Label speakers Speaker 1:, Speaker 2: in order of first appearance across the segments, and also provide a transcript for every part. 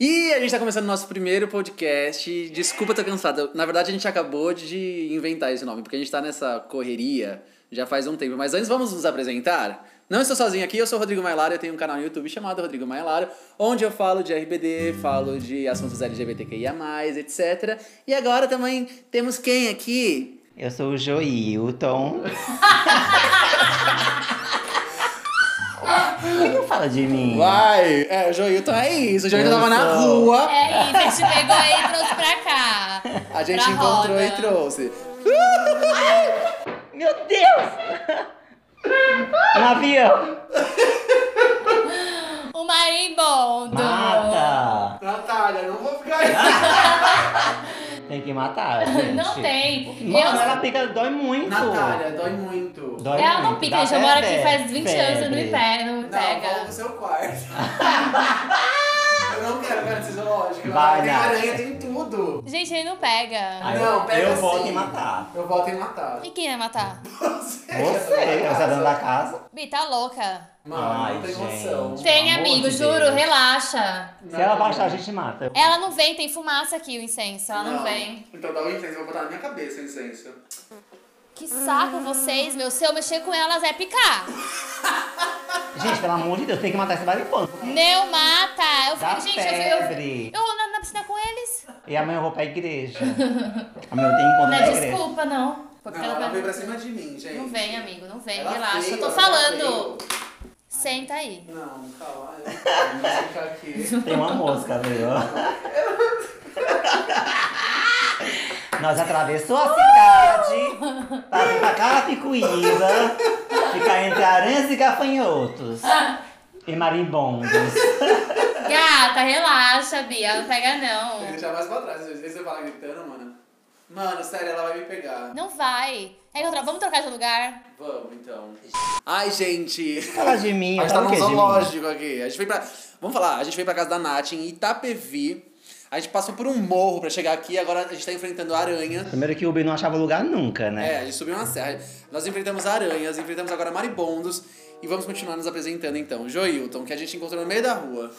Speaker 1: E a gente tá começando nosso primeiro podcast. Desculpa estar cansado. Na verdade, a gente acabou de inventar esse nome, porque a gente tá nessa correria já faz um tempo. Mas antes, vamos nos apresentar? Não estou sozinho aqui, eu sou o Rodrigo Mailara, eu tenho um canal no YouTube chamado Rodrigo Mailara, onde eu falo de RBD, falo de assuntos LGBTQIA+, etc. E agora também temos quem aqui?
Speaker 2: Eu sou o Joilton. Por que não fala de mim?
Speaker 1: Vai! É, o Joilton é isso, o Joilton
Speaker 2: Eu
Speaker 1: tava na
Speaker 2: sou.
Speaker 1: rua,
Speaker 3: É isso, a gente pegou aí e trouxe pra cá.
Speaker 1: a gente
Speaker 3: É, Pra
Speaker 1: encontrou
Speaker 3: roda.
Speaker 1: e trouxe.
Speaker 2: Meu Deus! Um avião!
Speaker 3: O marimbondo.
Speaker 2: Mata!
Speaker 1: Natália, não vou ficar aí.
Speaker 2: Tem que matar, gente.
Speaker 3: Não tem.
Speaker 2: Mano,
Speaker 3: Eu-
Speaker 2: ela pica, dói muito.
Speaker 1: Natália, dói muito.
Speaker 2: Dói
Speaker 3: ela não
Speaker 2: muito,
Speaker 3: pica,
Speaker 2: dá
Speaker 3: a gente
Speaker 2: até
Speaker 3: mora aqui
Speaker 2: febre.
Speaker 3: faz 20 anos e não me
Speaker 2: Febre.
Speaker 3: pega. Não me
Speaker 1: Não, vamos
Speaker 3: pega.
Speaker 1: pro seu quarto. eu não quero ficar nesse zoológico.
Speaker 2: Vai,
Speaker 1: tem
Speaker 2: Nath.
Speaker 1: aranha, tem tudo.
Speaker 3: Gente, ele não pega.
Speaker 2: Aí
Speaker 1: Não,
Speaker 2: eu-
Speaker 1: pega assim.
Speaker 2: Eu volto
Speaker 1: sim.
Speaker 2: e matar.
Speaker 1: Eu volto em matar.
Speaker 3: E quem vai matar?
Speaker 1: Você,
Speaker 2: Você,
Speaker 3: tá
Speaker 2: você é dona da casa.
Speaker 3: Bi, tá louca.
Speaker 1: Mano,
Speaker 2: Ai,
Speaker 1: não tem
Speaker 2: gente.
Speaker 1: noção.
Speaker 3: Tem,
Speaker 2: amor
Speaker 3: amigo,
Speaker 2: de
Speaker 3: juro,
Speaker 2: Deus.
Speaker 3: relaxa.
Speaker 1: Não,
Speaker 2: Se ela
Speaker 1: não.
Speaker 2: baixar, a gente mata.
Speaker 3: Ela não vem, tem fumaça aqui, o incenso. Ela não, vem.
Speaker 1: Então dá um incenso, eu vou botar na minha cabeça o incenso.
Speaker 3: Que saco vocês, meu. Se eu mexer com elas é picar.
Speaker 2: Gente, pelo amor de Deus, tem que matar esse maripondo.
Speaker 3: Não mata. Eu
Speaker 2: Dá
Speaker 3: fico, gente,
Speaker 2: febre.
Speaker 3: eu, eu, eu na, na piscina com eles.
Speaker 2: E amanhã eu vou pra igreja. Amanhã eu tenho encontro
Speaker 3: Não
Speaker 2: na
Speaker 3: é
Speaker 2: igreja.
Speaker 3: desculpa, não. Porque
Speaker 1: não, ela
Speaker 3: vai-
Speaker 1: veio pra cima de mim, gente.
Speaker 3: Não vem, amigo, não vem,
Speaker 1: Ela
Speaker 3: relaxa.
Speaker 1: veio,
Speaker 3: eu tô
Speaker 1: ela
Speaker 3: falando. Senta aí.
Speaker 1: veio. Não, calma. Eu vou ficar tá aqui.
Speaker 2: Tem uma mosca, viu? Nós atravessou a cidade pra vir pra Carapicuíba, ficar entre aranhas e gafanhotos. E marimbondos.
Speaker 3: Gata, relaxa, Bia, não pega
Speaker 1: Tem que
Speaker 3: não.
Speaker 1: deixar mais pra trás. Às vezes você fala gritando, mano. Mano, sério, ela vai me pegar.
Speaker 3: Não vai. É que eu tro- vamos trocar de lugar?
Speaker 1: Vamos, então. Ai, gente.
Speaker 2: Fala de mim,
Speaker 1: A gente tá
Speaker 2: fala o
Speaker 1: num
Speaker 2: quê de mim?
Speaker 1: zoológico aqui. A gente veio pra. Vamos falar, a gente veio pra casa da Nath em Itapevi. A gente passou por um morro pra chegar aqui, agora a gente tá enfrentando aranha.
Speaker 2: Primeiro que o Uber não achava lugar nunca,
Speaker 1: É,
Speaker 2: né?
Speaker 1: a gente subiu uma serra. Nós enfrentamos aranhas, enfrentamos agora maribondos e vamos continuar nos apresentando então. Joilton, que a gente encontrou no meio da rua.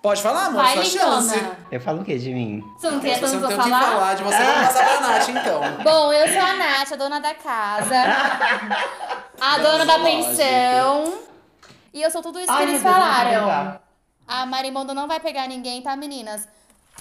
Speaker 1: Pode falar, amor,
Speaker 3: Vai,
Speaker 1: sua chance. Então,
Speaker 3: Licona.
Speaker 2: Eu falo o que de mim?
Speaker 3: Você não
Speaker 1: Se
Speaker 3: queria
Speaker 1: você
Speaker 3: tanto
Speaker 1: não tem
Speaker 3: pra
Speaker 1: o que
Speaker 3: falar?
Speaker 1: falar de você, vamos passar pra Nath então.
Speaker 3: Bom, eu sou a Nath, a dona da casa. A dona da
Speaker 1: zoológico.
Speaker 3: pensão. E eu sou tudo isso que
Speaker 2: Ai,
Speaker 3: eles
Speaker 2: meu Deus, não vou
Speaker 3: falaram.
Speaker 2: pegar.
Speaker 3: A Maribondo não vai pegar ninguém, tá, meninas?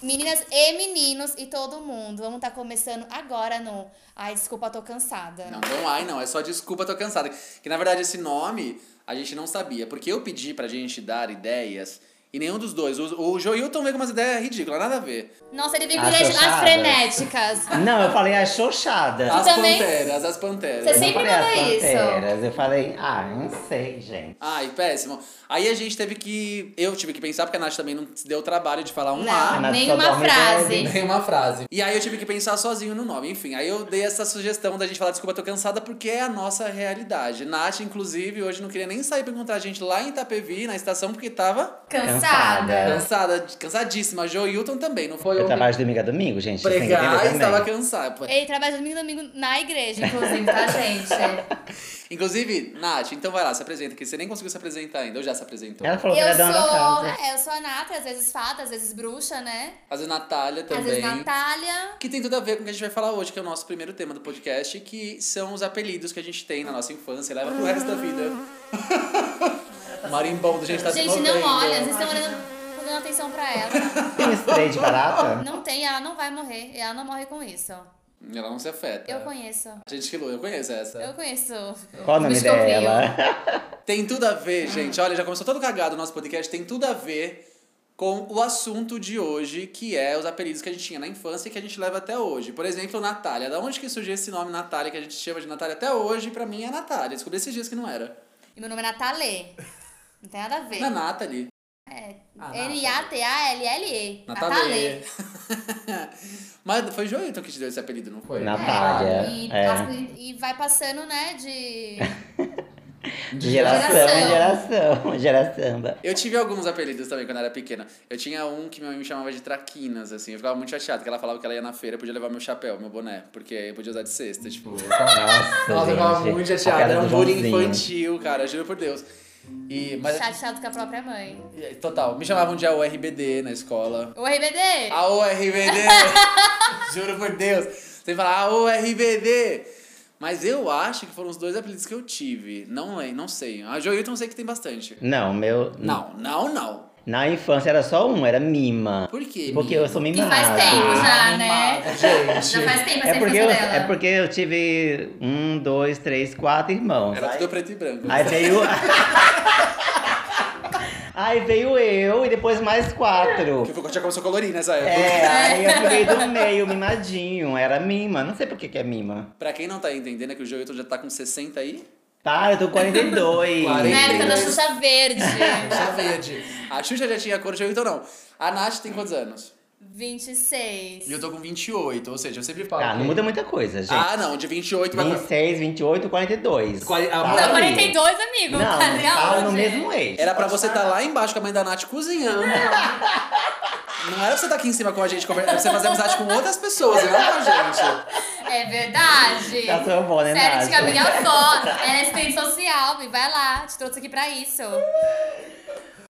Speaker 3: Meninas e meninos e todo mundo. Vamos tá começando agora no. Ai, desculpa, tô cansada.
Speaker 1: Não, não ai não, é só desculpa, tô cansada. Que na verdade esse nome a gente não sabia, porque eu pedi pra gente dar ideias e nenhum dos dois. O, o Joilton veio com umas ideias ridículas, nada a ver.
Speaker 3: Nossa, ele vem
Speaker 2: As
Speaker 3: com ideias- as
Speaker 2: chochadas.
Speaker 3: frenéticas.
Speaker 2: Não, eu falei as xoxadas.
Speaker 1: As
Speaker 3: também-
Speaker 1: panteras, as
Speaker 3: Você
Speaker 2: Eu
Speaker 1: panteras.
Speaker 2: não
Speaker 3: sempre
Speaker 2: falei as
Speaker 3: falei isso.
Speaker 2: panteras, Eu falei, ah, eu não sei, gente.
Speaker 1: Ai, péssimo. Aí a gente teve que. Eu tive que pensar, porque a Nath também não se deu o trabalho de falar um
Speaker 3: Não,
Speaker 1: A,
Speaker 2: Nath só
Speaker 3: nenhuma
Speaker 2: dorme
Speaker 3: frase.
Speaker 1: nem uma frase. E aí eu tive que pensar sozinho no nome. Enfim, aí eu dei essa sugestão da gente falar desculpa, tô cansada, porque é a nossa realidade. Nath, inclusive, hoje não queria nem sair pra encontrar a gente lá em Itapevi, na estação, porque tava
Speaker 3: Cansada.
Speaker 2: Cansada.
Speaker 1: Cansada, cansadíssima. Jo Hilton também, não foi
Speaker 2: Eu
Speaker 1: ontem?
Speaker 2: trabalho de domingo a domingo, gente. assim, vocês têm que entender
Speaker 1: Pregar
Speaker 2: também.
Speaker 1: estava cansada. pô.
Speaker 3: Ele trabalha domingo e domingo na igreja, inclusive, tá, gente?
Speaker 1: Inclusive, Nath, então vai lá, se apresenta, que você nem conseguiu se apresentar ainda, ou já se apresentou.
Speaker 2: Ela né? falou que
Speaker 3: Eu
Speaker 2: era dona da
Speaker 3: sou.
Speaker 2: casa.
Speaker 3: é, eu sou a Nata, às vezes fada, às vezes bruxa, né?
Speaker 1: Às vezes Natália
Speaker 3: Às
Speaker 1: também.
Speaker 3: vezes Natália.
Speaker 1: Que tem tudo a ver com o que a gente vai falar hoje, que é o nosso primeiro tema do podcast, que são os apelidos que a gente tem na nossa infância, e leva pro resto da vida. Marimbondo, gente, tá se
Speaker 3: gente, não
Speaker 1: movendo.
Speaker 3: olha, vocês estão olhando, tô dando atenção pra ela.
Speaker 2: Tem um spray de barata?
Speaker 3: Não tem, ela não vai morrer. Ela não morre com isso.
Speaker 1: Ela não se afeta.
Speaker 3: Eu conheço.
Speaker 1: Gente, que louco, eu conheço essa.
Speaker 3: Eu conheço.
Speaker 2: Qual o nome
Speaker 3: Bicho Covil.
Speaker 2: dela?
Speaker 1: Tem tudo a ver, gente. Olha, já começou todo cagado o nosso podcast. Tem tudo a ver com o assunto de hoje, que é os apelidos que a gente tinha na infância e que a gente leva até hoje. Por exemplo, Natália. Da onde que surgiu esse nome Natália, que a gente chama de Natália até hoje? Pra mim é Natália. Descobri esses dias que não era.
Speaker 3: E meu nome é Natalê. Não tem nada a ver.
Speaker 1: Na Nathalie.
Speaker 3: É.
Speaker 1: Ah,
Speaker 3: N-A-T-A-L-L-E.
Speaker 1: Natália. Mas foi Joilton que te deu esse apelido, não foi?
Speaker 2: Na-
Speaker 3: É,
Speaker 2: Natália,
Speaker 3: e,
Speaker 2: é.
Speaker 3: as- e vai passando, né, de...
Speaker 2: De geração em
Speaker 3: Geração.
Speaker 2: geração. Gerasamba.
Speaker 1: Eu tive alguns apelidos também quando eu era pequena. Eu tinha um que minha mãe me chamava de Traquinas, assim. Eu ficava muito chateado, que ela falava que ela ia na feira, podia levar meu chapéu, meu boné, porque eu podia usar de cesta, tipo.
Speaker 2: Nossa,
Speaker 1: Nossa, eu ficava
Speaker 2: gente.
Speaker 1: muito
Speaker 2: A
Speaker 1: chateada.
Speaker 2: piada
Speaker 1: Era um
Speaker 2: do
Speaker 1: bullying
Speaker 2: Joãozinho.
Speaker 1: infantil, cara, juro por Deus. E, mas,
Speaker 3: Chateado com a própria mãe.
Speaker 1: e- total, me chamavam de AORBD na escola.
Speaker 3: O RBD!
Speaker 1: AORBD! Juro por Deus. Você fala AORBD! Mas eu acho que foram os dois apelidos que eu tive. Não, lem- não sei. A Joilton eu sei que tem bastante.
Speaker 2: Não, meu.
Speaker 1: Não, não, não.
Speaker 2: Na infância era só um, era mima.
Speaker 1: Por quê?
Speaker 2: Porque eu sou Ah,
Speaker 3: Que
Speaker 2: mimado.
Speaker 3: faz tempo já, né?
Speaker 1: Mimado, gente.
Speaker 3: Já faz tempo essa
Speaker 2: É porque, eu,
Speaker 3: infância dela.
Speaker 2: é porque eu tive um, dois, três, quatro irmãos.
Speaker 1: Era tudo preto e branco.
Speaker 2: Aí veio. aí veio eu e depois mais quatro.
Speaker 1: Porque o já começou a colorir nessa época.
Speaker 2: É, aí eu fiquei do meio, mimadinho. Era mima. Não sei por que, que é mima.
Speaker 1: Pra quem não tá entendendo, é que o Joilton já tá com 60 aí.
Speaker 2: Tá, eu tô com 42.
Speaker 1: Quarenta.
Speaker 3: Na época da
Speaker 1: Sim.
Speaker 3: Xuxa Verde.
Speaker 1: Xuxa verde. A Xuxa já tinha cor, o Joilton não. A Nath tem quantos anos?
Speaker 3: 26.
Speaker 1: E eu tô com 28, ou seja, eu sempre falo.
Speaker 2: Tá, não muda muita coisa, gente.
Speaker 1: Ah, não, de 28 pra
Speaker 2: 26, 28, 42.
Speaker 1: Quali- a-
Speaker 2: Tá
Speaker 3: Não,
Speaker 1: Fala aí.
Speaker 3: 42, amigo.
Speaker 2: Não,
Speaker 3: tá legal,
Speaker 2: fala no
Speaker 3: gente.
Speaker 2: mesmo eixo.
Speaker 1: Era pra você estar tá lá embaixo com a mãe da Nath cozinhando. Não era pra você estar aqui em cima com a gente conversando. Você fazer amizade com outras pessoas, e não com a gente.
Speaker 3: É verdade.
Speaker 2: Tá sua avó, né,
Speaker 3: Série de
Speaker 2: Nath?
Speaker 3: caminho avó. Ela é assistente social, e vai lá. Te trouxe aqui pra isso.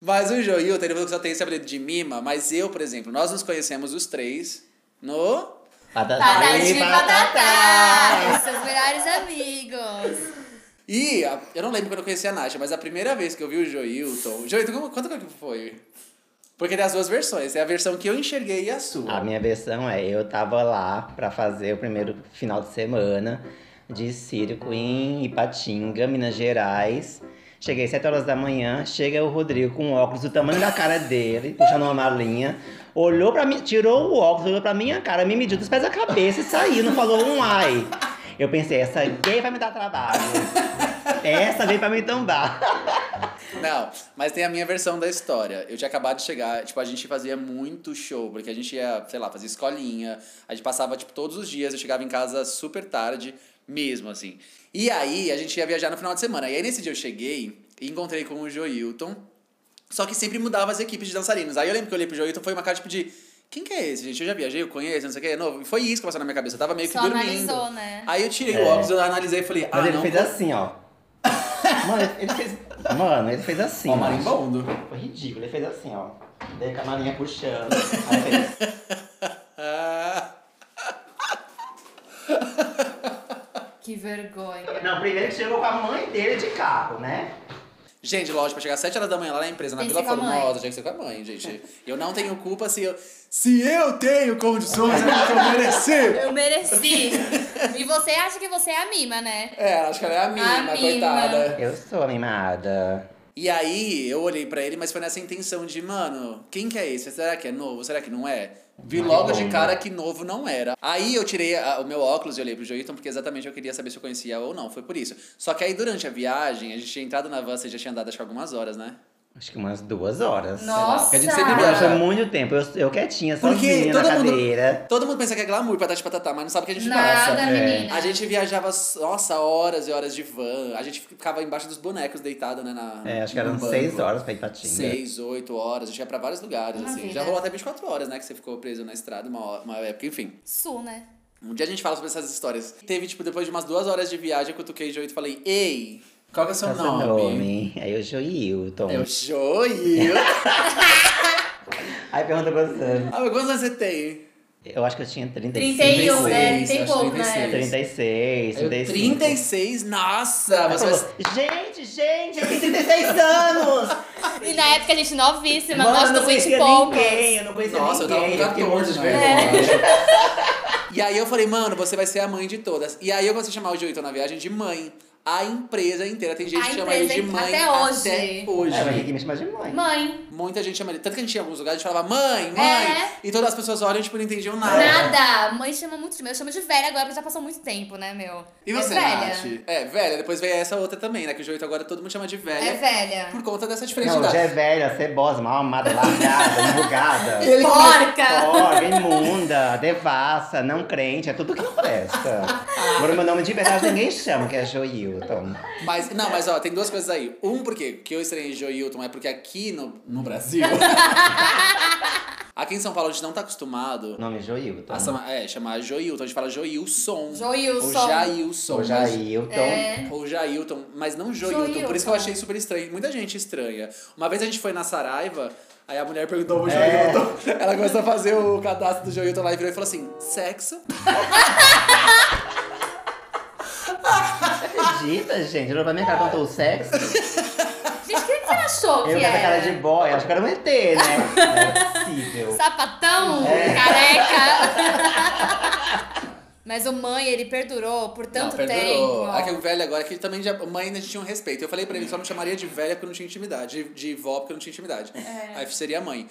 Speaker 1: Mas o Joilton, ele falou que só tem esse apelido de mima, mas eu, por exemplo, nós nos conhecemos os três no.
Speaker 3: Patati
Speaker 2: Patati, patatá.
Speaker 3: patatá. Seus melhores amigos.
Speaker 1: E a- eu não lembro quando eu conheci a Nath, mas a primeira vez que eu vi o Joilton. Joilton, como- quanto que foi? Porque tem as duas versões. Tem a versão que eu enxerguei e a sua.
Speaker 2: A minha versão é, eu tava lá pra fazer o primeiro final de semana de circo em Ipatinga, Minas Gerais. Cheguei às 7 horas da manhã, chega o Rodrigo com um óculos do tamanho da cara dele, puxando uma malinha. Olhou pra mim, tirou o óculos, olhou pra minha cara, me mediu dos pés à cabeça e saiu, não falou um ai. Eu pensei, essa gay vai me dar trabalho. Essa veio pra me tombar.
Speaker 1: Ah, Não, mas tem a minha versão da história. Eu tinha acabado de chegar, tipo, a gente fazia muito show, porque a gente ia, sei lá, fazia escolinha, a gente passava, tipo, todos os dias, eu chegava em casa super tarde, mesmo, assim. E aí, a gente ia viajar no final de semana. E aí, nesse dia eu cheguei e encontrei com o Joilton, só que sempre mudava as equipes de dançarinos. Aí eu lembro que eu olhei pro Joilton, foi uma cara, tipo, de... Quem que é esse, gente? Eu já viajei, eu conheço, não sei o que, é novo. E Foi isso que passou na minha cabeça, eu tava meio que
Speaker 3: Só
Speaker 1: dormindo.
Speaker 3: analisou, né?
Speaker 1: Aí eu tirei o
Speaker 2: É.
Speaker 1: óculos, eu analisei e falei, ah,
Speaker 2: Mas ele
Speaker 1: não.
Speaker 2: fez assim, ó. Mano, ele- ele fez. Mano, ele fez assim.
Speaker 1: Ó,
Speaker 2: mano.
Speaker 1: marimbondo.
Speaker 2: Foi ridículo, ele fez assim, ó. Daí com a malinha puxando. Aí fez.
Speaker 1: Ah.
Speaker 3: Que vergonha.
Speaker 2: Não, primeiro que chegou com a mãe dele de carro, né?
Speaker 1: Gente, lógico, pra chegar às 7 horas da manhã lá na empresa, na
Speaker 3: Tem que
Speaker 1: Vila
Speaker 3: ser com a mãe.
Speaker 1: Formosa, tinha que ser com a mãe, gente. Eu não tenho culpa se eu. Se eu tenho condições, eu não tô merecendo!
Speaker 3: Eu mereci. e você acha que você é a mima, né?
Speaker 1: É, acho que ela é a
Speaker 3: A
Speaker 1: mima,
Speaker 3: mima.
Speaker 1: coitada.
Speaker 2: Eu sou mimada.
Speaker 1: E aí, eu olhei pra ele, mas foi nessa intenção de, mano, quem que é esse? Será que é novo? Será que não é? Vi
Speaker 2: Ai,
Speaker 1: logo
Speaker 2: bom,
Speaker 1: de
Speaker 2: né?
Speaker 1: cara que novo não era. Aí eu tirei a- o meu óculos e olhei pro Joilton, porque exatamente eu queria saber se eu conhecia ou não, foi por isso. Só que aí durante a viagem, a gente tinha entrado na van, você já tinha andado acho que algumas horas, né?
Speaker 2: Acho que umas duas horas.
Speaker 3: Nossa.
Speaker 1: Porque a gente sempre
Speaker 2: Mano,
Speaker 1: viaja
Speaker 2: foi muito tempo. Eu, eu quietinha,
Speaker 1: Porque
Speaker 2: sozinha na
Speaker 1: todo
Speaker 2: cadeira.
Speaker 1: mundo, todo mundo pensa que é glamour, patati patatá, mas não sabe o que a gente
Speaker 3: Nada,
Speaker 1: passa. É.
Speaker 3: menina.
Speaker 1: A gente viajava, nossa, horas e horas de van. A gente ficava embaixo dos bonecos deitado, né? Na,
Speaker 2: É, acho que
Speaker 1: no
Speaker 2: eram
Speaker 1: banco.
Speaker 2: seis horas pra Ipatinga.
Speaker 1: Seis, oito horas. A gente ia pra vários lugares,
Speaker 3: Uma
Speaker 1: assim.
Speaker 3: vida.
Speaker 1: Já rolou até 24 horas, né? Que você ficou preso na estrada uma, hora- uma época, enfim.
Speaker 3: Sul, né?
Speaker 1: Um dia a gente fala sobre essas histórias. Teve, tipo, depois de umas duas horas de viagem, eu cutuquei de oito e falei, ei, qual que é o seu
Speaker 2: Qual seu
Speaker 1: nome?
Speaker 2: nome? Tá Aí eu Joilton.
Speaker 1: Eu, Joil.
Speaker 2: Aí pergunta pra você.
Speaker 1: ah, mas quantos anos você tem?
Speaker 2: Eu acho que eu tinha 35.
Speaker 3: 31, né?
Speaker 1: 36,
Speaker 3: Tem
Speaker 1: acho
Speaker 3: pouco,
Speaker 1: 36.
Speaker 3: né?
Speaker 2: 36,
Speaker 1: Eu,
Speaker 2: 35.
Speaker 1: 36? Nossa!
Speaker 2: Ela
Speaker 1: Você vai
Speaker 2: né? falou, gente, gente, eu tenho 36 anos!
Speaker 3: E na época a gente novíssima,
Speaker 2: Mano,
Speaker 3: nós
Speaker 2: eu não
Speaker 3: com 20 e
Speaker 2: conhecia
Speaker 3: poucos.
Speaker 2: ninguém, eu não conhecia
Speaker 1: Nossa, eu tava
Speaker 2: ninguém.
Speaker 1: com
Speaker 2: fiquei
Speaker 1: 14 de
Speaker 2: muito mal.
Speaker 1: vergonha. É. E aí eu falei, mano, você vai ser a mãe de todas. E aí eu comecei a chamar o Joito na viagem de mãe. A empresa inteira. Tem gente
Speaker 3: A
Speaker 1: que chama ele de
Speaker 3: empresa,
Speaker 1: mãe
Speaker 3: até hoje.
Speaker 1: até
Speaker 2: É, mas tem
Speaker 1: hoje.
Speaker 2: que me chamar de mãe.
Speaker 3: Mãe,
Speaker 1: Muita gente chama ele. Tanto que a gente ia em alguns lugares e falava, mãe, mãe.
Speaker 3: É.
Speaker 1: E todas as pessoas olham e tipo, não entendiam nada.
Speaker 3: nada. Mãe chama muito de mãe. Eu chamo de velha agora, porque já passou muito tempo, né, meu?
Speaker 1: E você,
Speaker 3: é velha.
Speaker 1: Nath? É, velha. Depois veio essa outra também, né? Que o Joito agora todo mundo chama de velha.
Speaker 3: É velha.
Speaker 1: Por conta dessa diferença
Speaker 2: Não,
Speaker 1: de
Speaker 2: já é
Speaker 1: idade.
Speaker 2: velha, cebosa, mal amada, largada, enrugada.
Speaker 1: Ele
Speaker 3: Porca!
Speaker 2: Porra, imunda, devassa, não crente, é tudo que não presta. Agora, meu nome de verdade ninguém chama, que é Joil. eu tomo.
Speaker 1: Mas, não, mas ó, tem duas coisas aí. Um, porque que eu estranhei Joilton é porque aqui no, no Brasil. aqui em São Paulo a gente não tá acostumado
Speaker 2: O nome é Joilton.
Speaker 1: a sama- é, chamar Joilton. A gente fala Joilson. Ou
Speaker 3: Joilson.
Speaker 1: Jailson.
Speaker 2: Ou
Speaker 1: um, mas-
Speaker 2: Jailton.
Speaker 1: Ou Jailton, mas não Joilton. Por isso que eu achei super estranho. Muita gente estranha. Uma vez a gente foi na Saraiva, aí a mulher perguntou o
Speaker 2: É.
Speaker 1: Joilton. Ela começou a fazer o cadastro do Joilton lá e virou e falou assim: sexo?
Speaker 2: Acredita, gente? Olhou pra minha cara contou o sexo.
Speaker 3: Gente, o que que você achou que é?
Speaker 2: Eu com essa cara
Speaker 3: era?
Speaker 2: de boy, acho que era um ET, né? Não é possível.
Speaker 3: Sapatão,
Speaker 2: É.
Speaker 3: careca. Mas o mãe, ele perdurou por tanto
Speaker 1: não,
Speaker 3: tempo.
Speaker 1: perdurou. A que o velho agora, é que também já, mãe ainda tinha um respeito. Eu falei pra ele, só me chamaria de velha porque eu não tinha intimidade. De, de vó porque eu não tinha intimidade. Aí seria mãe.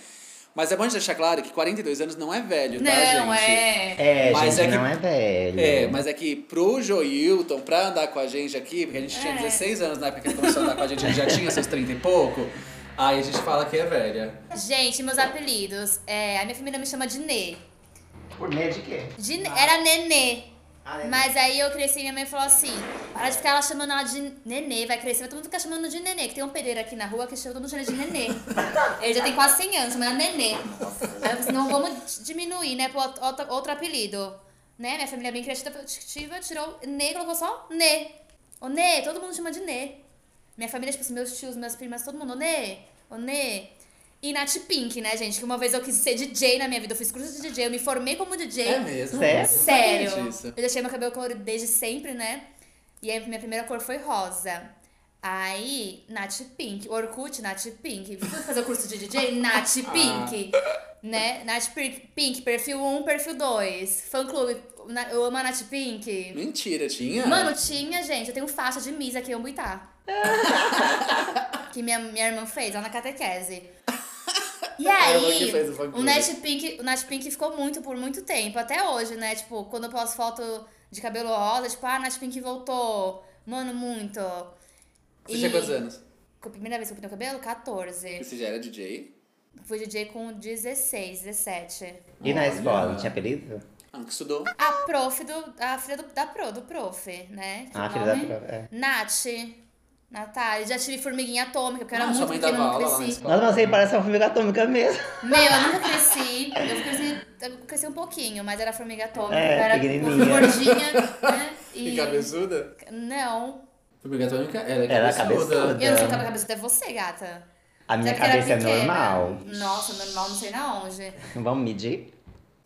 Speaker 1: Mas é bom a gente deixar claro que 42 anos não é velho, tá, gente?
Speaker 3: Não, é.
Speaker 2: É,
Speaker 1: Mas
Speaker 2: gente,
Speaker 1: é que-
Speaker 2: não é velho.
Speaker 1: É, mas é que pro Joilton, pra andar com a gente aqui, porque a gente tinha
Speaker 3: É.
Speaker 1: 16 anos na época que ele começou a andar com a gente, ele já tinha seus 30 e pouco, aí a gente fala que é velha.
Speaker 3: Gente, meus apelidos. É, a minha família me chama de Nê.
Speaker 2: Por medo de quê?
Speaker 3: De- Era Nenê.
Speaker 2: Ah, é.
Speaker 3: Mas aí eu cresci e minha mãe falou assim: para de ficar ela chamando ela de nenê, vai crescer, vai todo mundo ficar chamando de nenê. Que tem um Pereira aqui na rua que chama todo mundo chama de nenê. Ele já tem quase 100 anos, chama ela nenê. Aí eu falei assim, não vamos diminuir, né, pro outro, outro- outro apelido. Né? Minha família é bem criativa, tirou Nê e colocou só Nê. Ô Nê, todo mundo chama de Nê. Minha família, tipo assim, meus tios, minhas primas, todo mundo, ô Nê, ô Nê. E Nat Pink, né, gente? Que uma vez eu quis ser DJ na minha vida. Eu fiz curso de DJ, eu me formei como DJ.
Speaker 1: É mesmo?
Speaker 2: Sério?
Speaker 3: Sério.
Speaker 1: Exatamente isso.
Speaker 3: Eu deixei meu cabelo colorido desde sempre, né? E aí minha primeira cor foi rosa. Aí, Nat Pink, Orkut, Nat Pink. Fui fazer o curso de DJ, Nat
Speaker 1: Ah.
Speaker 3: Pink. Né? Nat Pink, Pink, perfil 1, perfil 2. Fã clube, na- eu amo a Nat Pink.
Speaker 1: Mentira, tinha?
Speaker 3: Mano, tinha, gente. Eu tenho faixa de misa que eu amo Itá. que minha, minha irmã fez lá na catequese. E
Speaker 1: A irmã que
Speaker 3: aí,
Speaker 1: fez o fã-clube.
Speaker 3: o Nat, Pink, o Nat Pink ficou muito por muito tempo, até hoje, né? Tipo, quando eu posto foto de cabelo rosa, tipo, ah, Nat Pink voltou. Mano, muito.
Speaker 1: Você tinha quantos anos?
Speaker 3: Com a primeira vez que eu pintei o cabelo? 14.
Speaker 1: Você já era DJ?
Speaker 3: Fui DJ com 16, 17.
Speaker 2: E na
Speaker 1: Olha.
Speaker 2: escola, tinha apelido?
Speaker 1: Ah, que estudou.
Speaker 3: A prof do. A filha do, da pro, do prof, né? Que
Speaker 2: Ah,
Speaker 3: o
Speaker 2: filha da
Speaker 3: nome-
Speaker 2: prova. É.
Speaker 3: Nath. Natália, já tive formiguinha atômica, porque eu era
Speaker 1: Ah, sua mãe
Speaker 3: muito pequena, eu
Speaker 1: dava
Speaker 3: não
Speaker 1: aula lá na
Speaker 3: cresci.
Speaker 1: escola.
Speaker 2: Nossa, mas você parece uma formiga atômica mesmo.
Speaker 3: Meu, eu nunca cresci. Eu cresci, eu cresci um pouquinho, mas era formiga atômica.
Speaker 2: É,
Speaker 3: eu era
Speaker 2: pequenininha.
Speaker 3: gordinha, né? E.
Speaker 1: E cabeçuda?
Speaker 3: Não.
Speaker 1: Obrigatória, ela é
Speaker 2: Ela é
Speaker 1: cabeçuda.
Speaker 2: cabeçuda.
Speaker 3: Eu não sei o que a cabeça é você, gata.
Speaker 2: A minha
Speaker 3: Será que era
Speaker 2: cabeça é
Speaker 3: pequena? Hum.
Speaker 2: normal.
Speaker 3: Nossa, normal não sei na onde.
Speaker 2: Não vamos medir?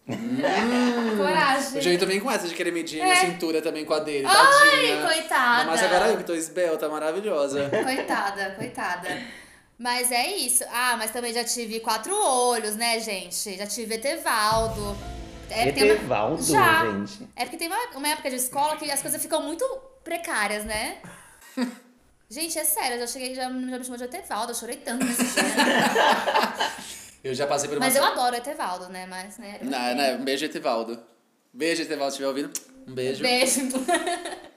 Speaker 1: O
Speaker 3: Coragem.
Speaker 1: Hum, jeito vem com essa de querer medir minha cintura também com a dele,
Speaker 3: É. Ai,
Speaker 1: tadinha.
Speaker 3: coitada.
Speaker 1: Mas agora eu que tô esbelta, maravilhosa.
Speaker 3: Coitada, coitada. Mas é isso. Ah, mas também já tive quatro olhos, né, gente? Já tive Etevaldo. É, que tem uma-
Speaker 2: Etevaldo,
Speaker 3: Já.
Speaker 2: gente.
Speaker 3: É porque tem uma, uma época de escola que as coisas ficam muito precárias, né? Gente, é sério, eu já cheguei, já, já me chamou de Etevaldo, eu chorei tanto nesse dia.
Speaker 1: Eu já passei por uma
Speaker 3: Mas eu adoro Etevaldo, né? Mas, né? era-
Speaker 1: Não, não, um beijo, Etevaldo. Beijo, Etevaldo, se estiver ouvindo. Um beijo.
Speaker 3: Beijo.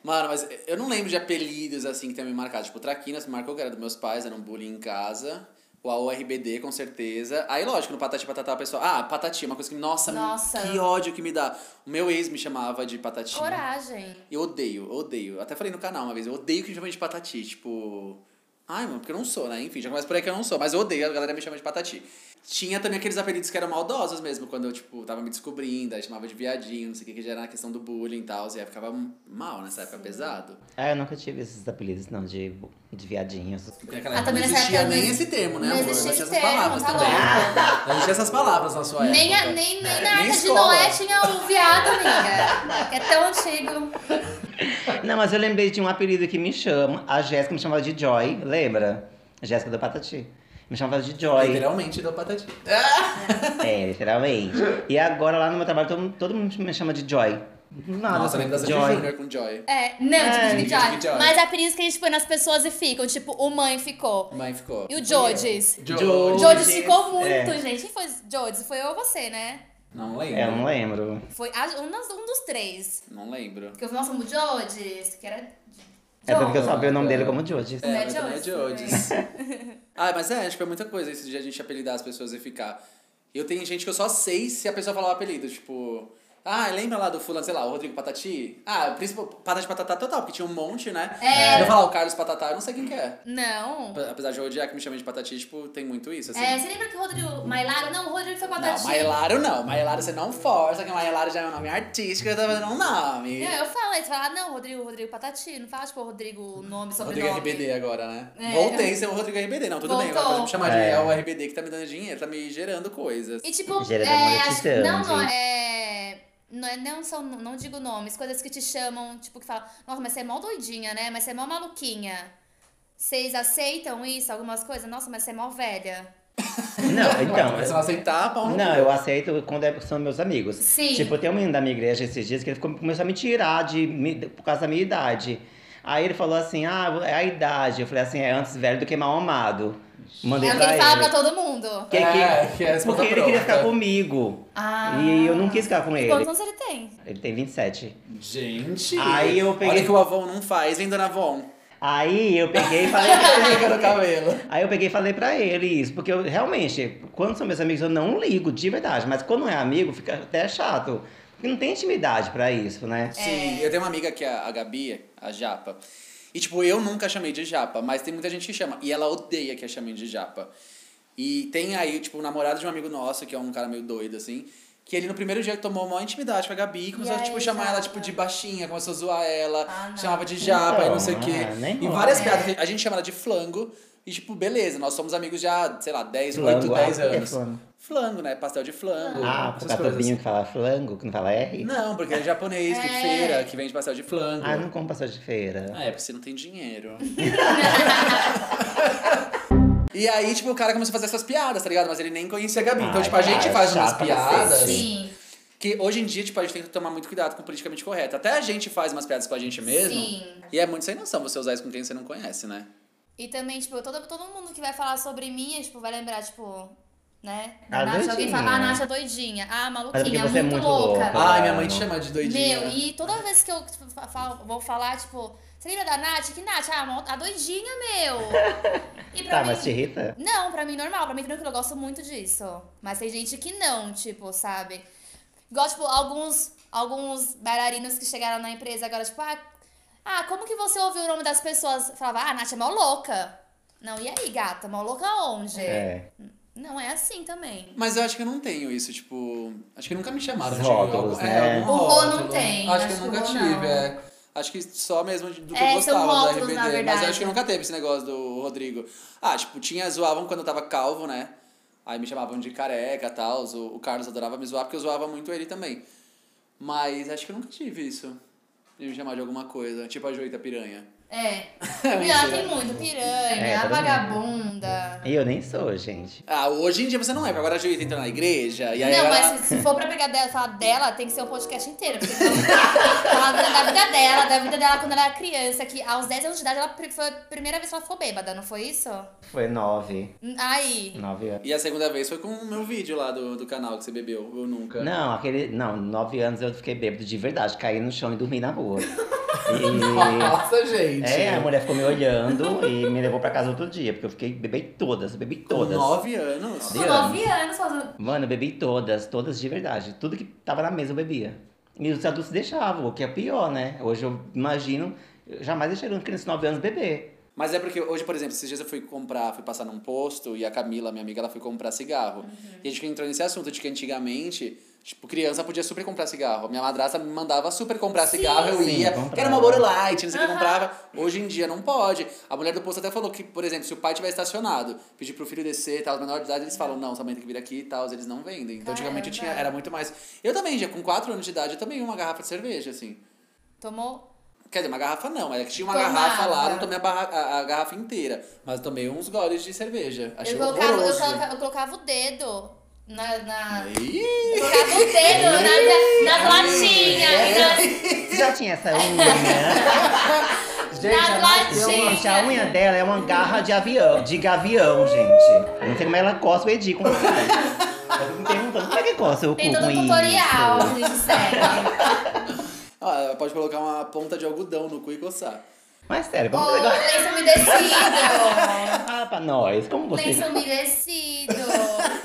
Speaker 1: Mano, mas eu não lembro de apelidos assim que tenham me marcado. Tipo, Traquinas me marcou, que era dos meus pais, era um bullying em casa. O AORBD, com certeza. Aí, lógico, no Patati Patatá, a pessoa. Ah, Patati, uma coisa que. Nossa,
Speaker 3: Nossa.
Speaker 1: que ódio que me dá. O meu ex me chamava de Patati.
Speaker 3: Coragem.
Speaker 1: Eu odeio, eu odeio. Até falei no canal uma vez, eu odeio que me chamem de patati. Tipo. Ai, mano, porque eu não sou, né? Enfim, já começa por aí que eu não sou, mas eu odeio, a galera me chama de patati. Tinha também aqueles apelidos que eram maldosos mesmo, quando eu, tipo, tava me descobrindo, aí chamava de viadinho, não sei o que, que já era na questão do bullying e tal, e aí ficava mal nessa época, pesado.
Speaker 2: Ah, eu nunca tive esses apelidos, não, de, de viadinhos.
Speaker 1: Porque naquela
Speaker 3: Ah,
Speaker 1: época
Speaker 3: também
Speaker 1: não
Speaker 3: nessa
Speaker 1: existia
Speaker 3: época
Speaker 1: nem
Speaker 3: não-
Speaker 1: esse termo, né,
Speaker 3: não
Speaker 1: amor? tinha
Speaker 3: existia esse
Speaker 1: essas
Speaker 3: termo,
Speaker 1: palavras
Speaker 3: tá
Speaker 1: também.
Speaker 3: louco.
Speaker 1: Não existia essas palavras na sua
Speaker 3: Nem, a-
Speaker 1: época.
Speaker 3: nem, nem
Speaker 1: Nem
Speaker 3: na época de
Speaker 1: escola.
Speaker 3: Noé tinha o viado, amiga. Que é tão antigo.
Speaker 2: Não, mas eu lembrei de um apelido que me chama. A Jéssica me chamava de Joy, lembra? A Jéssica do Patati. Me chamava de Joy.
Speaker 1: Literalmente do patati.
Speaker 2: É, literalmente. E agora lá no meu trabalho todo, mundo- todo mundo me chama de Joy. Do Nada,
Speaker 1: Nossa, lembra dessa de
Speaker 2: Ah, Joy.
Speaker 1: Junior com Joy.
Speaker 3: É, não,
Speaker 2: É.
Speaker 3: tipo, de Joy.
Speaker 1: Tipo, de Joy.
Speaker 3: Mas apelidos que a gente põe nas pessoas e ficam. Tipo, o mãe ficou.
Speaker 1: Mãe ficou.
Speaker 3: E o Jodes?
Speaker 1: Jodes.
Speaker 3: Jodes ficou muito,
Speaker 2: É.
Speaker 3: gente. Quem foi Jodes? Foi eu ou você, né?
Speaker 1: Não lembro.
Speaker 2: É, eu não lembro.
Speaker 3: Foi a- um, das- um dos três.
Speaker 1: Não lembro.
Speaker 3: Porque eu falei, nossa, o Jodes, que era...
Speaker 2: É tanto que eu
Speaker 3: Jodes.
Speaker 2: sabia o nome dele como Jodes.
Speaker 3: É,
Speaker 1: mas também é de
Speaker 3: Jodes. né?
Speaker 1: Jodes. ah, mas é, acho que é muita coisa isso de a gente apelidar as pessoas e ficar. Eu tenho gente que eu só sei se a pessoa falar o apelido, tipo. Ah, lembra lá do fulano, sei lá, o Rodrigo Patati? Ah, o principal, Patati Patatá total, porque tinha um monte, né?
Speaker 3: É.
Speaker 1: Eu vou falar o Carlos Patatá, eu não sei quem que é.
Speaker 3: Não.
Speaker 1: Apesar de eu odiar que me chamem de Patati, tipo, tem muito isso, assim.
Speaker 3: É, você lembra que o Rodrigo Mailaro? Não, o Rodrigo foi
Speaker 1: Não,
Speaker 3: patati.
Speaker 1: Maelaro não. Maelaro você não força, que Maelaro já é um nome artístico, eu tô fazendo um nome.
Speaker 3: Não, eu falo, eles falam, ah, não, Rodrigo, Rodrigo Patati. Não fala, tipo, Rodrigo, nome, sobrenome.
Speaker 1: Rodrigo RBD agora, né?
Speaker 3: É.
Speaker 1: Voltei a ser o Rodrigo RBD. Não, tudo bem.
Speaker 3: Voltou.
Speaker 1: Agora pode me chamar de
Speaker 2: É.
Speaker 1: é o RBD que tá me dando dinheiro, tá me gerando coisas.
Speaker 3: E tipo,
Speaker 2: Geraldo
Speaker 3: é,
Speaker 2: Moura te
Speaker 3: acho, que- não,
Speaker 2: chama,
Speaker 3: não,
Speaker 2: gente.
Speaker 3: é, não, é- não são, não digo nomes, coisas que te chamam, tipo, que falam, nossa, mas você é mó doidinha, né? Mas você é mó maluquinha. Vocês aceitam isso, algumas coisas? Nossa, mas você é mó velha.
Speaker 2: Não, então.
Speaker 1: Mas se não aceitar, pau no
Speaker 2: Não,
Speaker 1: cu.
Speaker 2: eu aceito quando é- são meus amigos.
Speaker 3: Sim.
Speaker 2: Tipo, tem um menino da minha igreja esses dias que ele ficou- começou a me tirar de, me- por causa da minha idade. Aí ele falou assim: ah, é a idade. Eu falei assim: é antes velho do que mal amado. Mandei
Speaker 3: É o que
Speaker 2: pra
Speaker 3: ele fala
Speaker 2: ele.
Speaker 3: pra todo mundo.
Speaker 2: Que- que-
Speaker 1: É, que é a resposta
Speaker 2: Porque ele queria
Speaker 1: pronta.
Speaker 2: ficar comigo.
Speaker 3: Ah.
Speaker 2: E eu não quis ficar com ele.
Speaker 3: Quantos anos ele tem?
Speaker 2: Ele tem 27.
Speaker 1: Gente!
Speaker 2: Aí eu peguei-
Speaker 1: Olha o que o Avon não faz, hein, dona Avon?
Speaker 2: Aí eu peguei e falei.
Speaker 1: Liga no cabelo.
Speaker 2: Aí eu peguei e falei pra ele isso, porque eu realmente, quando são meus amigos, eu não ligo, de verdade. Mas quando não é amigo, fica até chato. Porque não tem intimidade pra isso, né?
Speaker 1: Sim, eu tenho uma amiga que é a Gabi, a Japa. E, tipo, eu nunca chamei de Japa, mas tem muita gente que chama. E ela odeia que a chamem de Japa. E tem aí, tipo, o namorado de um amigo nosso, que é um cara meio doido, assim, que ele no primeiro dia tomou maior intimidade com a Gabi e começou
Speaker 3: E
Speaker 1: a, tipo,
Speaker 3: aí,
Speaker 1: chamar ela,
Speaker 3: Japa?
Speaker 1: tipo, de baixinha, começou a zoar ela,
Speaker 3: Ah, não. É.
Speaker 1: chamava de Japa e
Speaker 2: Então,
Speaker 1: não sei o quê.
Speaker 2: ah, nem
Speaker 1: e
Speaker 2: rola.
Speaker 1: várias piadas. A gente chama ela de flango. E, tipo, beleza, nós somos amigos já, sei lá, 10,
Speaker 2: Flango,
Speaker 1: 8, 10
Speaker 2: ah, o que é
Speaker 1: anos.
Speaker 2: flango?
Speaker 1: Flango, né? Pastel de flango.
Speaker 2: Ah,
Speaker 1: essas
Speaker 2: por causa
Speaker 1: coisas. assim.
Speaker 2: do vinho que fala flango, que não fala R?
Speaker 1: Não, porque é japonês, que
Speaker 3: É.
Speaker 1: feira, que vende pastel de flango.
Speaker 2: Ah, não como passou de feira.
Speaker 1: Ah, é, porque você não tem dinheiro. e aí, tipo, o cara começou a fazer essas piadas, tá ligado? Mas ele nem conhecia a Gabi. Então,
Speaker 2: Ai,
Speaker 1: tipo, a
Speaker 2: cara,
Speaker 1: gente faz umas
Speaker 2: chato Ah, é pra cacete.
Speaker 1: piadas
Speaker 3: Sim.
Speaker 1: que hoje em dia, tipo, a gente tem que tomar muito cuidado com o politicamente correto. Até a gente faz umas piadas com a gente mesmo.
Speaker 3: Sim.
Speaker 1: E é muito sem noção você usar isso com quem você não conhece, né?
Speaker 3: E também, tipo, todo, todo mundo que vai falar sobre mim, tipo, vai lembrar, tipo, né?
Speaker 2: Ah,
Speaker 3: Da Nath, alguém
Speaker 2: doidinha.
Speaker 3: fala, ah, Nath é doidinha. Ah,
Speaker 2: porque
Speaker 3: maluquinha,
Speaker 2: você é muito louca. Ah,
Speaker 1: Ai, minha mãe te chama de doidinha.
Speaker 3: Meu, e toda vez que eu tipo, fa- falo- vou falar, tipo, você lembra da Nath? Que Nath? Ah, mó- a doidinha, meu! E pra
Speaker 2: Tá,
Speaker 3: mim.
Speaker 2: mas te irrita?
Speaker 3: Não, pra mim normal, pra mim tranquilo, eu gosto muito disso. Mas tem gente que não, tipo, sabe? Igual, tipo, alguns, alguns bailarinos que chegaram na empresa agora, tipo, ah, ah, como que você ouviu o nome das pessoas? Falava, ah, a Nath é mó louca. Não, e aí, gata? Mó louca onde?
Speaker 2: É.
Speaker 3: Não é assim também.
Speaker 1: Mas eu acho que eu não tenho isso, tipo. Acho que nunca me chamaram
Speaker 2: Os
Speaker 1: de algum-
Speaker 2: rótulos,
Speaker 1: é,
Speaker 2: né?
Speaker 1: algum
Speaker 3: O Rô não
Speaker 1: rótulo. Acho, que
Speaker 3: tem,
Speaker 1: eu
Speaker 3: acho que o
Speaker 1: nunca
Speaker 3: Rô
Speaker 1: tive,
Speaker 3: não.
Speaker 1: é. Acho que só mesmo de- do que
Speaker 3: É,
Speaker 1: eu
Speaker 3: são
Speaker 1: gostava
Speaker 3: rótulos,
Speaker 1: da RBD.
Speaker 3: na
Speaker 1: Mas eu
Speaker 3: verdade.
Speaker 1: acho que nunca teve esse negócio do Rodrigo. Ah, tipo, tinha, zoavam quando eu tava calvo, né? Aí me chamavam de careca e tal. O, o Carlos adorava me zoar porque eu zoava muito ele também. Mas acho que eu nunca tive isso. De me chamar de alguma coisa. Tipo a Joita Piranha.
Speaker 3: É.
Speaker 1: Mentira.
Speaker 3: Piranha tem muito, piranha,
Speaker 2: É,
Speaker 3: a
Speaker 2: todo mundo.
Speaker 3: vagabunda.
Speaker 2: E eu nem sou, gente.
Speaker 1: Ah, hoje em dia você não é, porque agora a Joita entrou na igreja. E aí
Speaker 3: não,
Speaker 1: ela-
Speaker 3: mas se, se for pra pegar dela, falar dela, tem que ser um podcast inteiro. Porque falar da, da vida dela, da vida dela quando ela era criança, que aos 10 anos de idade ela pri- foi a primeira vez que ela ficou bêbada, não foi isso? Hum,
Speaker 2: Foi nove.
Speaker 3: Aí.
Speaker 2: Nove anos.
Speaker 1: E a segunda vez foi com o meu vídeo lá do, do canal que você bebeu. Eu nunca.
Speaker 2: Não, aquele. Não, nove anos eu fiquei bêbado de verdade. Caí no chão e dormi na rua. E.
Speaker 1: Nossa, gente.
Speaker 2: É, a mulher ficou me olhando e me levou pra casa outro dia, porque eu fiquei bebi todas, bebi
Speaker 1: Com
Speaker 2: todas.
Speaker 1: nove anos.
Speaker 3: Com 9 anos fazendo.
Speaker 2: Mano, eu bebi todas, todas de verdade. Tudo que tava na mesa eu bebia. E os adultos deixavam, o que é pior, né? Hoje eu imagino, eu jamais deixaria uma criança de 9 anos beber.
Speaker 1: Mas é porque hoje, por exemplo, esses dias eu fui comprar, fui passar num posto e a Camila, minha amiga, ela foi comprar cigarro.
Speaker 2: Uhum.
Speaker 1: E a gente entrou nesse assunto de que antigamente, tipo, criança podia super comprar cigarro. Minha madrasta me mandava super comprar cigarro, eu
Speaker 2: Sim,
Speaker 1: ia.
Speaker 2: comprava.
Speaker 1: Quero uma Marlboro Light, não sei o que,
Speaker 3: Aham.
Speaker 1: comprava. Hoje em dia não pode. A mulher do posto até falou que, por exemplo, se o pai tiver estacionado, pedir pro filho descer e tal, os menores de idade, eles falam, não, sua mãe tem que vir aqui e tal, eles não vendem.
Speaker 2: Ah, é
Speaker 1: Então antigamente eu tinha,
Speaker 3: Caramba.
Speaker 1: era muito mais. Eu também, já com 4 anos de idade, eu tomei uma garrafa de cerveja, assim.
Speaker 3: Tomou.
Speaker 1: Quer dizer, uma garrafa não, mas é que tinha uma
Speaker 3: Tomava.
Speaker 1: garrafa lá, não tomei a, barra- a- a garrafa inteira. Mas tomei uns goles de cerveja. Achei
Speaker 3: Eu colocava, eu,
Speaker 1: horroroso.
Speaker 3: colocava, eu colocava o dedo na. na...
Speaker 1: Ih!
Speaker 3: Eu colocava o dedo na, nas latinhas. e nas-
Speaker 2: Você já tinha essa unha? né?
Speaker 3: Nas
Speaker 2: a ma-
Speaker 3: latinhas.
Speaker 2: gente, a unha dela é uma garra de avião, de gavião, gente. Eu não sei como ela coça o Edi com isso. Eu fico me perguntando, como é que coça o cu
Speaker 3: Tem todo
Speaker 2: com
Speaker 3: um
Speaker 2: isso?
Speaker 3: tutorial que a gente segue.
Speaker 1: Ah, ela pode colocar uma ponta de algodão no cu e coçar.
Speaker 2: Mas sério, como
Speaker 3: Ô,
Speaker 2: você gosta?
Speaker 3: lenço umedecido!
Speaker 2: Ah, pra nós, como você...
Speaker 3: Lenço umedecido!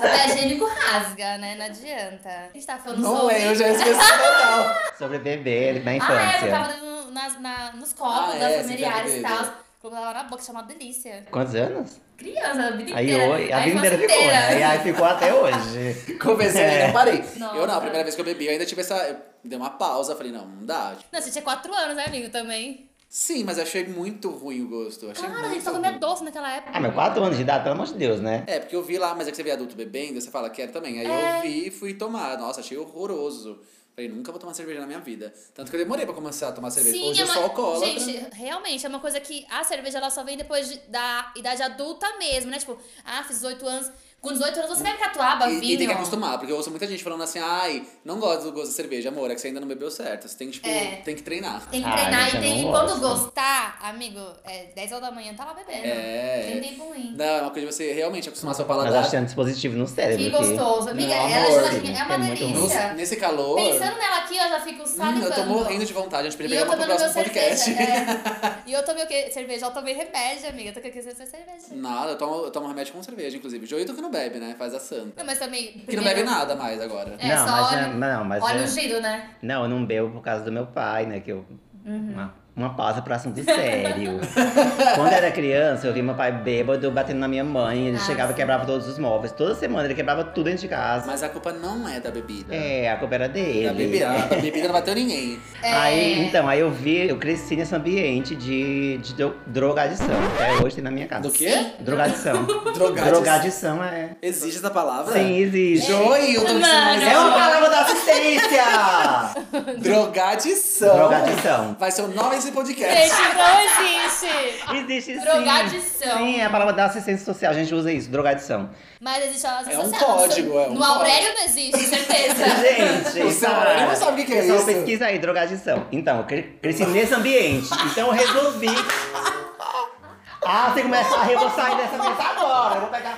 Speaker 3: papel higiênico rasga, né? Não adianta. A gente tá falando
Speaker 1: Não
Speaker 3: sobre...
Speaker 1: é, eu já esqueci total.
Speaker 2: Sobre beber na
Speaker 3: Ah, é, eu
Speaker 2: infância.
Speaker 3: tava no, nas, na, nos copos
Speaker 1: Ah,
Speaker 3: das
Speaker 1: é, você
Speaker 3: familiares e
Speaker 1: já bebeu.
Speaker 3: tal. Colocava na boca, chamava delícia.
Speaker 2: Quantos anos?
Speaker 3: Criança, a vida
Speaker 2: Aí
Speaker 3: inteira.
Speaker 2: hoje, a vida
Speaker 3: infância
Speaker 2: inteira ficou,
Speaker 3: inteira.
Speaker 2: né? E aí ficou até hoje.
Speaker 1: Comecei,
Speaker 2: É.
Speaker 1: não parei. Eu não,
Speaker 3: Nossa.
Speaker 1: a primeira vez que eu bebi, eu ainda tive essa. Eu dei uma pausa, falei, não, não dá.
Speaker 3: Não, você tinha 4 anos, né, amigo, também.
Speaker 1: Sim, mas achei muito ruim o gosto. Achei
Speaker 3: Cara, a
Speaker 1: muito
Speaker 3: gente só
Speaker 1: ruim.
Speaker 3: comia doce naquela época.
Speaker 2: Ah, meu, quatro anos de idade, pelo amor de Deus, né?
Speaker 1: É, porque eu vi lá, mas é que você vê adulto bebendo, você fala, quero também. Aí
Speaker 3: É.
Speaker 1: eu vi e fui tomar. Nossa, achei horroroso. Falei, nunca vou tomar cerveja na minha vida. Tanto que eu demorei pra começar a tomar cerveja. Hoje eu sou alcoólatra.
Speaker 3: é Gente, realmente, é uma coisa que a cerveja ela só vem depois de- da idade adulta mesmo, né? Tipo, ah, fiz 18 anos. Com 18 anos você bebe catuaba,
Speaker 1: e,
Speaker 3: vinho.
Speaker 1: e tem que acostumar, porque eu ouço muita gente falando assim, ai, não gosto do gosto da cerveja. Amor, é que você ainda não bebeu certo. Você tem que, tipo,
Speaker 3: É.
Speaker 1: tem que treinar.
Speaker 3: Tem que
Speaker 2: Ah,
Speaker 3: treinar
Speaker 2: gente,
Speaker 3: e
Speaker 2: eu
Speaker 3: tem,
Speaker 2: não
Speaker 3: e quando
Speaker 2: gosto.
Speaker 3: gostar, amigo, é 10 horas da manhã tá lá bebendo.
Speaker 1: É.
Speaker 3: Tem tempo ruim.
Speaker 1: Não, é uma coisa de você realmente acostumar seu paladar.
Speaker 2: Mas acho que tem um dispositivo no cérebro.
Speaker 3: Que
Speaker 2: Que
Speaker 3: gostoso. né? Amiga,
Speaker 1: Não,
Speaker 3: ela
Speaker 1: amor,
Speaker 3: geladinha é uma
Speaker 2: é muito ruim.
Speaker 1: Nos-
Speaker 3: delícia.
Speaker 1: nesse calor.
Speaker 3: Pensando nela aqui, eu já fico
Speaker 1: hum,
Speaker 3: salivando.
Speaker 1: eu tô morrendo de vontade. A gente podia
Speaker 3: E
Speaker 1: pegar
Speaker 3: eu
Speaker 1: uma pro
Speaker 3: tomando meu
Speaker 1: próximo podcast.
Speaker 3: cerveja. é. E eu tomei o quê? Cerveja. Eu tomei remédio, amiga. Eu tô querendo ser cerveja.
Speaker 1: Nada, eu tomo, eu tomo remédio com cerveja, inclusive. Joito que não bebe, né? Faz a santa.
Speaker 3: Não, mas também.
Speaker 1: Que não
Speaker 3: primeiro-
Speaker 1: bebe nada mais agora.
Speaker 3: É,
Speaker 2: Não,
Speaker 3: só
Speaker 2: mas
Speaker 3: óleo,
Speaker 2: não- não, mas
Speaker 3: óleo
Speaker 2: é-
Speaker 3: ungido, né?
Speaker 2: Não, eu não bebo por causa do meu pai, né? Que eu.
Speaker 3: Uhum.
Speaker 2: Uma, uma pausa pra assunto sério. Quando eu era criança, eu vi meu pai bêbado batendo na minha mãe. Ele
Speaker 3: Ah,
Speaker 2: chegava e
Speaker 3: sim.
Speaker 2: quebrava todos os móveis. Toda semana ele quebrava tudo dentro de casa.
Speaker 1: Mas a culpa não é da bebida.
Speaker 2: É, a culpa era dele.
Speaker 1: Da bebida, a bebida não bateu ninguém.
Speaker 2: Aí, então, aí eu vi, eu cresci nesse ambiente de, de dro- drogadição. Até hoje tem na minha casa.
Speaker 1: Do quê?
Speaker 3: Sim.
Speaker 2: Drogadição.
Speaker 1: Drogadição.
Speaker 2: Tá Drogadição é.
Speaker 1: Existe essa palavra?
Speaker 2: Sim, existe.
Speaker 1: Joito,
Speaker 3: Mano.
Speaker 2: É uma palavra da assistência!
Speaker 1: um- drogadição.
Speaker 2: Drogadição.
Speaker 1: Vai ser o nome desse podcast.
Speaker 3: Gente, não existe!
Speaker 2: Existe sim.
Speaker 3: Drogadição.
Speaker 2: Sim, é a palavra da assistência social. A gente usa isso, drogadição.
Speaker 3: Mas existe a
Speaker 1: É um código, é um
Speaker 3: No Aurélio não existe, certeza.
Speaker 2: Gente,
Speaker 1: O seu
Speaker 2: para.
Speaker 1: marido não sabe o que que é
Speaker 2: Pessoal,
Speaker 1: isso.
Speaker 2: pesquisa aí, drogadição. Então, eu cre- cresci nesse ambiente. Então eu resolvi. Ah, você começa a rir, eu vou sair dessa mesa agora. Eu vou pegar.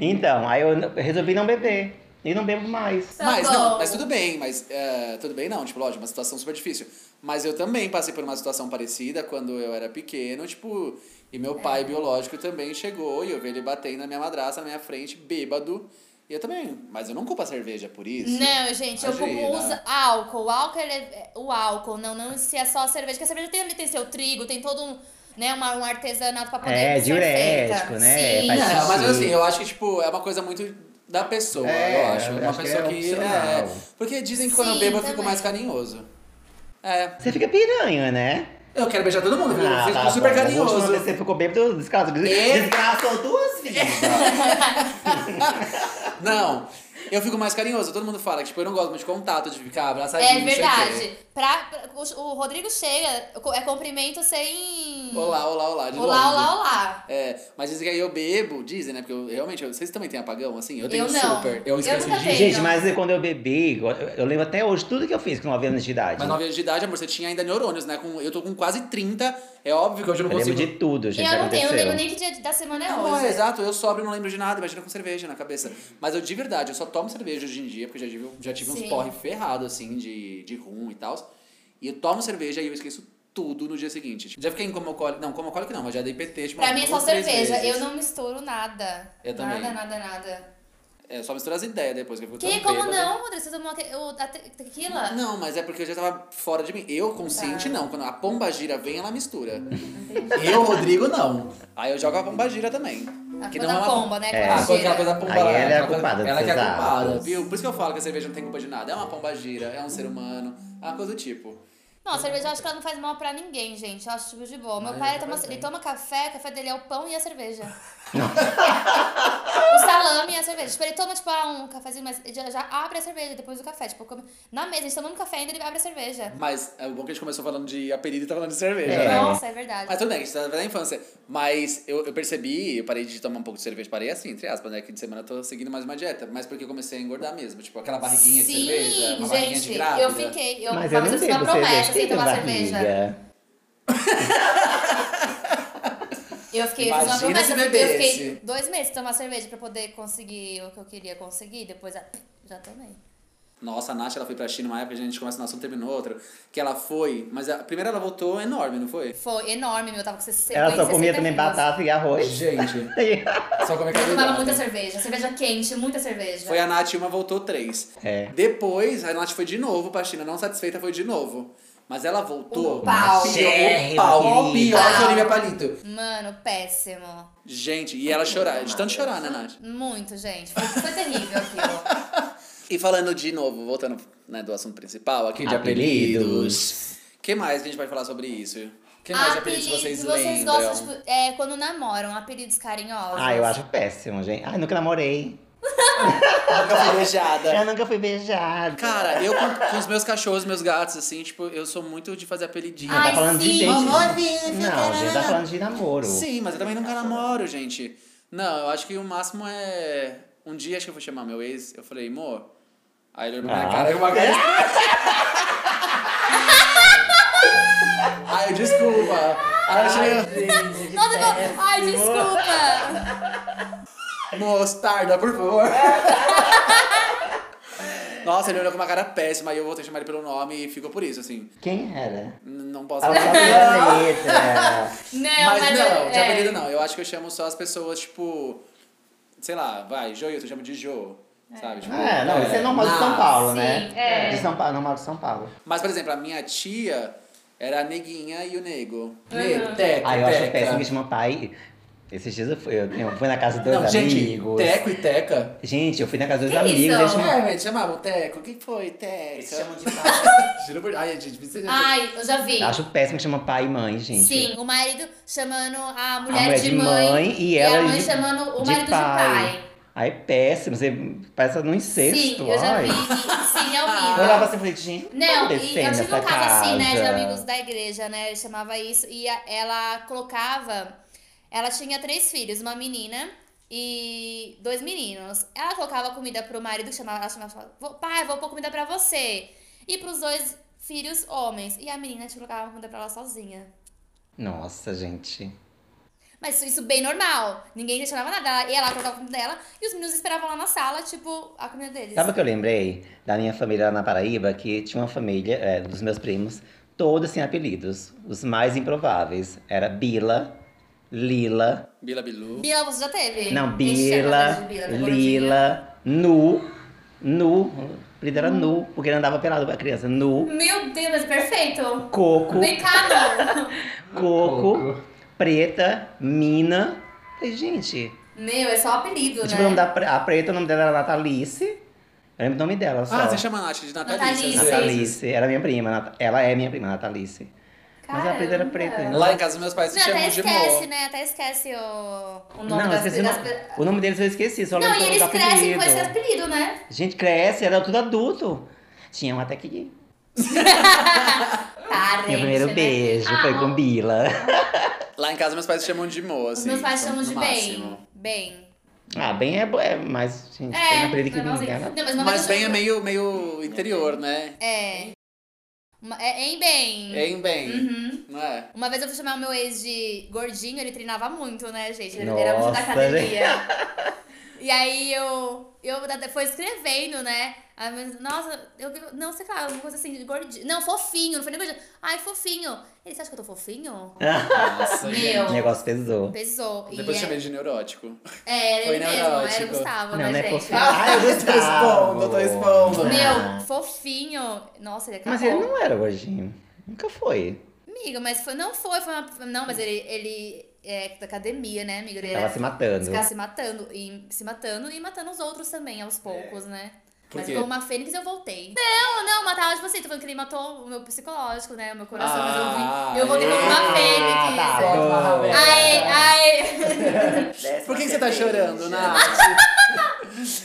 Speaker 2: Então, aí eu n- resolvi não beber. E não bebo mais.
Speaker 3: Tá
Speaker 1: Mas
Speaker 3: bom.
Speaker 1: não, mas tudo bem, mas é, tudo bem não, tipo, lógico, uma situação super difícil. Mas eu também passei por uma situação parecida quando eu era pequeno, tipo, e meu
Speaker 2: É.
Speaker 1: pai biológico também chegou e eu vi ele batendo na minha madraça na minha frente, bêbado. E eu também, mas eu não culpo a cerveja por isso.
Speaker 3: Não, gente, eu
Speaker 1: Imagina.
Speaker 3: como usa álcool. O álcool, ele é- o álcool, não, não se é só a cerveja, porque a cerveja tem, ali tem seu trigo, tem todo um, né, uma, um artesanato pra poder
Speaker 2: É,
Speaker 3: ser
Speaker 2: diurético,
Speaker 3: feita.
Speaker 2: né?
Speaker 3: Sim.
Speaker 2: Faz
Speaker 1: Não, mas
Speaker 2: Sim.
Speaker 1: assim, eu acho que, tipo, é uma coisa muito da pessoa,
Speaker 2: É,
Speaker 1: eu acho. Uma
Speaker 2: acho que
Speaker 1: pessoa
Speaker 2: é
Speaker 1: que.
Speaker 2: opcional.
Speaker 1: é, porque dizem que quando eu
Speaker 3: Sim,
Speaker 1: bebo eu fico
Speaker 3: também.
Speaker 1: mais carinhoso. É. Ah,
Speaker 2: Você fica piranha, né?
Speaker 1: Eu quero beijar todo mundo, eu fico
Speaker 2: tá
Speaker 1: super
Speaker 2: bom. A última
Speaker 1: carinhoso. É.
Speaker 2: vez que você ficou bêbado, desgraçou.
Speaker 1: E?
Speaker 2: Desgraçou duas vezes.
Speaker 1: Não, eu fico mais carinhoso. Todo mundo fala que tipo, eu não gosto muito de contato, de ficar abraçadinho.
Speaker 3: É
Speaker 1: não sei o quê.
Speaker 3: verdade. Pra, pra- o, o Rodrigo chega, é cumprimento sem.
Speaker 1: Olá, olá, olá. De longe.
Speaker 3: olá, olá. olá.
Speaker 1: É, mas dizem que aí eu bebo, dizem, né? Porque eu realmente, eu- vocês também têm apagão, assim? Eu tenho
Speaker 3: Eu não.
Speaker 1: super.
Speaker 3: Eu
Speaker 1: Eu esqueço
Speaker 3: nunca
Speaker 1: de.
Speaker 3: tenho.
Speaker 2: Gente, mas quando eu bebi, eu, eu lembro até hoje tudo que eu fiz com 9 anos de idade.
Speaker 1: Mas 9 anos de idade, amor, você tinha ainda neurônios, né? Com, eu tô com quase 30. É óbvio que hoje eu não
Speaker 2: Eu lembro
Speaker 1: consigo.
Speaker 2: de tudo, gente.
Speaker 3: eu não tenho, eu não
Speaker 2: aconteceu.
Speaker 3: lembro nem que dia da semana é
Speaker 1: Não, é,
Speaker 3: hoje.
Speaker 1: exato, eu sobro e não lembro de nada, imagina com cerveja na cabeça. Mas eu de verdade, eu só tomo cerveja hoje em dia, porque eu já tive, um, já tive uns
Speaker 3: Sim.
Speaker 1: porre ferrado, assim, de, de rum e tal. E eu tomo cerveja e eu esqueço tudo no dia seguinte. Tipo, Já fiquei em como alcoólico. Não, como alcoólico não, mas já dei PT. Tipo,
Speaker 3: Pra
Speaker 1: umas
Speaker 3: mim é só
Speaker 1: duas, três
Speaker 3: cerveja,
Speaker 1: vezes.
Speaker 3: eu não misturo nada.
Speaker 1: Eu também.
Speaker 3: Nada, nada, nada.
Speaker 1: É, só mistura as ideias depois que eu fico
Speaker 3: Que?
Speaker 1: tão
Speaker 3: Como
Speaker 1: bêbado.
Speaker 3: não, Rodrigo? Você tomou aque- o- a te- tequila?
Speaker 1: Não, mas é porque eu já tava fora de mim. Eu, consciente,
Speaker 3: Tá.
Speaker 1: não. Quando a pomba gira vem, ela mistura. Eu, Rodrigo, não. Aí eu jogo a pomba gira também.
Speaker 3: A
Speaker 1: que
Speaker 3: coisa
Speaker 1: não é
Speaker 3: da
Speaker 1: uma
Speaker 3: pomba, né?
Speaker 2: É.
Speaker 3: Com a
Speaker 1: Ah, com aquela
Speaker 3: gira.
Speaker 1: coisa pomba
Speaker 2: Aí
Speaker 1: lá,
Speaker 2: ela é
Speaker 1: aquela
Speaker 2: a culpada
Speaker 1: coisa-
Speaker 2: dos
Speaker 1: Ela que é a
Speaker 2: seus
Speaker 1: culpada,
Speaker 2: atos.
Speaker 1: viu? Por isso que eu falo que a cerveja não tem culpa de nada. É uma pomba gira, é um ser humano, é uma coisa do tipo.
Speaker 3: Não, a cerveja eu acho que ela não faz mal pra ninguém, gente. Eu acho tipo de boa. Meu
Speaker 1: é
Speaker 3: pai ele toma, ele toma café, o café dele é o pão e a cerveja. o salame e a cerveja. Tipo, ele toma, tipo, ah, um cafezinho, mas ele já, já abre a cerveja depois do café. Tipo, come- na mesa, eles tomam café ainda ele abre a cerveja.
Speaker 1: Mas é bom que a gente começou falando de apelido e tá falando de cerveja,
Speaker 2: É.
Speaker 1: né?
Speaker 3: Nossa, é verdade.
Speaker 1: Mas tudo bem, a gente tá na infância. Mas eu, eu percebi, eu parei de tomar um pouco de cerveja, parei assim, entre aspas, né? Que de semana eu tô seguindo mais uma dieta. Mas porque eu comecei a engordar mesmo. Tipo, aquela barriguinha de
Speaker 3: Sim,
Speaker 1: cerveja, uma barriguinha de
Speaker 3: gente,
Speaker 1: grávida.
Speaker 3: eu fiquei. Eu,
Speaker 2: Mas
Speaker 3: uma
Speaker 2: eu
Speaker 3: vez
Speaker 2: não
Speaker 3: eu fiz uma
Speaker 2: bebo
Speaker 3: promessa
Speaker 2: cerveja.
Speaker 3: sem
Speaker 2: Quem tem
Speaker 3: tomar cerveja.
Speaker 2: barriga?
Speaker 3: Eu fiquei, eu fiz
Speaker 1: Imagina
Speaker 3: uma promessa.
Speaker 1: se
Speaker 3: porque eu
Speaker 1: bebesse.
Speaker 3: fiquei dois meses sem tomar cerveja pra poder conseguir o que eu queria conseguir. Depois, ah, já tomei.
Speaker 1: Nossa, a Nath, ela foi pra China uma época, a gente começa um assunto, termina outro. Que ela foi, mas a primeira ela voltou enorme, não foi?
Speaker 3: Foi enorme, meu. Eu tava com 60
Speaker 2: Ela só
Speaker 3: 60
Speaker 2: comia também
Speaker 3: quilos.
Speaker 2: batata e arroz.
Speaker 1: Gente, só como é que
Speaker 3: Eu tomava muita
Speaker 1: é
Speaker 3: cerveja. Cerveja quente, muita cerveja.
Speaker 1: Foi a Nath e uma voltou três.
Speaker 2: É.
Speaker 1: Depois, a Nath foi de novo pra China, não satisfeita, foi de novo. Mas ela voltou.
Speaker 3: Um pau.
Speaker 1: Pior, o pau, pior
Speaker 2: Sim,
Speaker 1: que
Speaker 3: querida.
Speaker 1: Olivia Palito.
Speaker 3: Mano, péssimo.
Speaker 1: Gente, e ela chorar, de tanto chorar, né, Nath?
Speaker 3: Muito, gente. Foi, foi terrível aquilo.
Speaker 1: E falando de novo, voltando né, do assunto principal aqui de
Speaker 2: Apelidos.
Speaker 1: apelidos. O que mais que a gente pode falar sobre isso? que mais de apelidos que vocês, lembram?
Speaker 3: gostam, tipo, é, quando namoram, apelidos carinhosos.
Speaker 2: Ah, eu acho péssimo, gente. Ai, nunca namorei.
Speaker 1: Nunca fui beijada.
Speaker 2: Eu nunca fui beijada.
Speaker 1: é Cara, eu com, com os meus cachorros, meus gatos, assim, tipo, eu sou muito de fazer apelidinho.
Speaker 2: Não, tá
Speaker 3: Ai,
Speaker 2: falando de
Speaker 3: sim.
Speaker 2: gente.
Speaker 3: Amorzinho,
Speaker 2: Não, gente, tá falando de namoro.
Speaker 1: Sim, mas eu também nunca namoro, gente. Não, eu acho que o máximo é. Um dia acho que eu vou chamar meu ex, eu falei, amor. Aí ele olhou pra minha
Speaker 2: Ah.
Speaker 1: cara e uma cara. Ai, desculpa. Aí eu cheguei,
Speaker 3: Nossa,
Speaker 2: é.
Speaker 3: eu- ai, desculpa.
Speaker 1: mostarda, por favor. Nossa, ele olhou com uma cara péssima, aí eu voltei a chamar ele pelo nome e ficou por isso, assim.
Speaker 2: Quem era?
Speaker 1: N- Não posso
Speaker 2: Ela só fez a letra.
Speaker 3: Não,
Speaker 1: mas,
Speaker 3: mas,
Speaker 1: não,
Speaker 3: eu-
Speaker 1: de
Speaker 3: é.
Speaker 1: apelido não. Eu acho que eu chamo só as pessoas, tipo. Sei lá, vai, Joilton, eu chamo de Jo. Sabe? Tipo,
Speaker 2: É, não, isso é normal de São
Speaker 1: Mas-
Speaker 2: Paulo,
Speaker 3: sim,
Speaker 2: né?
Speaker 3: é.
Speaker 2: De São Paulo, normal de São Paulo.
Speaker 1: Mas, por exemplo, a minha tia era a neguinha e o nego.
Speaker 3: Uhum.
Speaker 1: Nego, teco,
Speaker 2: Ai, eu acho
Speaker 1: teca.
Speaker 2: péssimo que chama pai. Esses dias eu fui, eu, eu fui na casa dos
Speaker 1: Não,
Speaker 2: dois
Speaker 1: gente,
Speaker 2: amigos.
Speaker 1: teco e teca.
Speaker 2: Gente, eu fui na casa dos
Speaker 3: Que
Speaker 2: amigos.
Speaker 3: isso?
Speaker 2: eles chamam-
Speaker 1: É, velho, chamavam teco. Quem foi, teca? Eles chamam de Juro por... Ai, gente, você já...
Speaker 3: Ai, eu já vi.
Speaker 2: Eu acho péssimo que chama pai e mãe, gente.
Speaker 3: Sim, o marido chamando a mulher,
Speaker 2: A mulher
Speaker 3: de
Speaker 2: de
Speaker 3: mãe,
Speaker 2: mãe e ela
Speaker 3: a mãe
Speaker 2: de-
Speaker 3: chamando o marido de pai.
Speaker 2: Aí péssimo, você parece num incesto.
Speaker 3: Sim, eu já
Speaker 2: ai.
Speaker 3: vi. Sim, é
Speaker 2: Eu olhava
Speaker 3: horrível.
Speaker 2: assim e falei, gente, o que tá
Speaker 3: Não, e eu
Speaker 2: acontecendo
Speaker 3: tive um
Speaker 2: nessa
Speaker 3: caso assim, né, de
Speaker 2: casa?
Speaker 3: amigos da igreja, né, chamava isso, e a- ela colocava, ela tinha três filhos, uma menina e dois meninos. Ela colocava comida pro marido, que chamava, ela chamava, falava, "Vou- pai, vou pôr comida pra você, e pros dois filhos homens, e a menina tipo, colocava comida pra ela sozinha.
Speaker 2: Nossa, gente.
Speaker 3: Mas isso, isso bem normal. Ninguém questionava nada. Ela ia lá colocava a comida dela e os meninos esperavam lá na sala, tipo, a comida deles.
Speaker 2: Sabe o que eu lembrei da minha família lá na Paraíba? Que tinha uma família, é, dos meus primos, todos sem apelidos. Os mais improváveis. Era Bila, Lila,
Speaker 3: Ah.
Speaker 1: Bila Bilu.
Speaker 3: Bila, você já teve?
Speaker 2: Não,
Speaker 3: Encheu a casa
Speaker 2: Bila,
Speaker 3: de Bila, né, gordinha?
Speaker 2: Lila, Nu, Nu, o apelido era Nu, porque ele andava pelado a criança. Nu,
Speaker 3: Meu Deus, mas perfeito.
Speaker 2: Coco,
Speaker 3: Vem cá, mano.
Speaker 2: Coco, Preta, Mina. Falei, gente,
Speaker 3: Meu, é só apelido,
Speaker 2: tipo, o
Speaker 3: né?
Speaker 2: nome da Pre- a Preta, o nome dela era Natalice. Eu lembro o nome dela só.
Speaker 1: Ah, você chama a Nath de Natalice. às
Speaker 3: Natalice.
Speaker 1: vezes.
Speaker 2: Natalice, era minha prima, Nat- ela é minha prima, Natalice. Mas a apelido era
Speaker 3: Caramba.
Speaker 2: Preta. né?
Speaker 1: Lá em casa, meus pais se
Speaker 3: Não,
Speaker 1: chamam
Speaker 3: até
Speaker 1: de
Speaker 3: esquece,
Speaker 1: Mo.
Speaker 3: né? Até esquece o, o nome
Speaker 2: Não,
Speaker 3: das,
Speaker 2: esqueci o
Speaker 3: das...
Speaker 2: nome. O nome deles eu esqueci, só
Speaker 3: Não,
Speaker 2: lembro
Speaker 3: e
Speaker 2: do
Speaker 3: eles crescem com
Speaker 2: apelido.
Speaker 3: esse apelido, né?
Speaker 2: Gente, cresce, era tudo adulto. Tinha um até que
Speaker 3: Parente,
Speaker 2: Meu primeiro
Speaker 3: né?
Speaker 2: beijo
Speaker 3: Ah,
Speaker 2: foi com Bila.
Speaker 1: Lá em casa, meus pais se chamam de Mo,
Speaker 3: Os
Speaker 1: assim.
Speaker 3: meus pais
Speaker 1: no
Speaker 3: chamam de
Speaker 1: máximo.
Speaker 3: bem. Bem.
Speaker 2: Ah, bem é, bo- é mais. Gente, tem
Speaker 3: É,
Speaker 2: um apelido que
Speaker 3: mas
Speaker 2: ninguém.
Speaker 3: não, mas uma vez
Speaker 1: Mas
Speaker 3: eu-
Speaker 1: bem é meio, meio interior, né?
Speaker 3: É. Uma- é em bem.
Speaker 1: Em bem,
Speaker 3: Uhum.
Speaker 1: não é?
Speaker 3: Uma vez eu fui chamar o meu ex de gordinho, ele treinava muito, né, gente? Ele
Speaker 2: Nossa, né?
Speaker 3: era muito da academia. E aí eu, eu até foi escrevendo, né? Aí, mas, nossa, eu eu- não sei lá, alguma coisa assim de gordinho. Não, fofinho, não foi nem gordinho. Ai, fofinho. Ele, você acha que eu tô fofinho?
Speaker 1: Nossa,
Speaker 3: Meu.
Speaker 2: O negócio pesou.
Speaker 3: Pesou. E
Speaker 1: Depois
Speaker 3: é-
Speaker 1: chamei de neurótico.
Speaker 3: É,
Speaker 1: Foi tipo,
Speaker 3: ele mesmo, era o
Speaker 1: neurótico.
Speaker 3: Gustavo,
Speaker 2: Não,
Speaker 3: né,
Speaker 2: não é
Speaker 3: gente?
Speaker 2: possível. Ah, eu
Speaker 1: tô expondo, eu tô expondo.
Speaker 3: Meu, fofinho. Nossa, ele é acabou.
Speaker 2: Mas ele não era gordinho. Nunca foi.
Speaker 3: Amiga, mas foi, não foi, foi uma. Não, mas ele, ele é da academia, né, amiga? Ele
Speaker 2: Tava
Speaker 3: era
Speaker 2: se matando.
Speaker 3: ficar se matando e se matando e matando os outros também aos poucos, né?
Speaker 1: É. Por
Speaker 3: mas
Speaker 1: quê?
Speaker 3: como uma fênix eu voltei. Não, não, matava tipo assim, tô falando que ele matou o meu psicológico, né? O meu coração. mas eu
Speaker 1: Ah,
Speaker 3: vim- eu voltei como uma
Speaker 2: ah,
Speaker 3: fênix.
Speaker 2: tá bom.
Speaker 3: Ai, ai.
Speaker 1: Por que, que você tá chorando, Nath?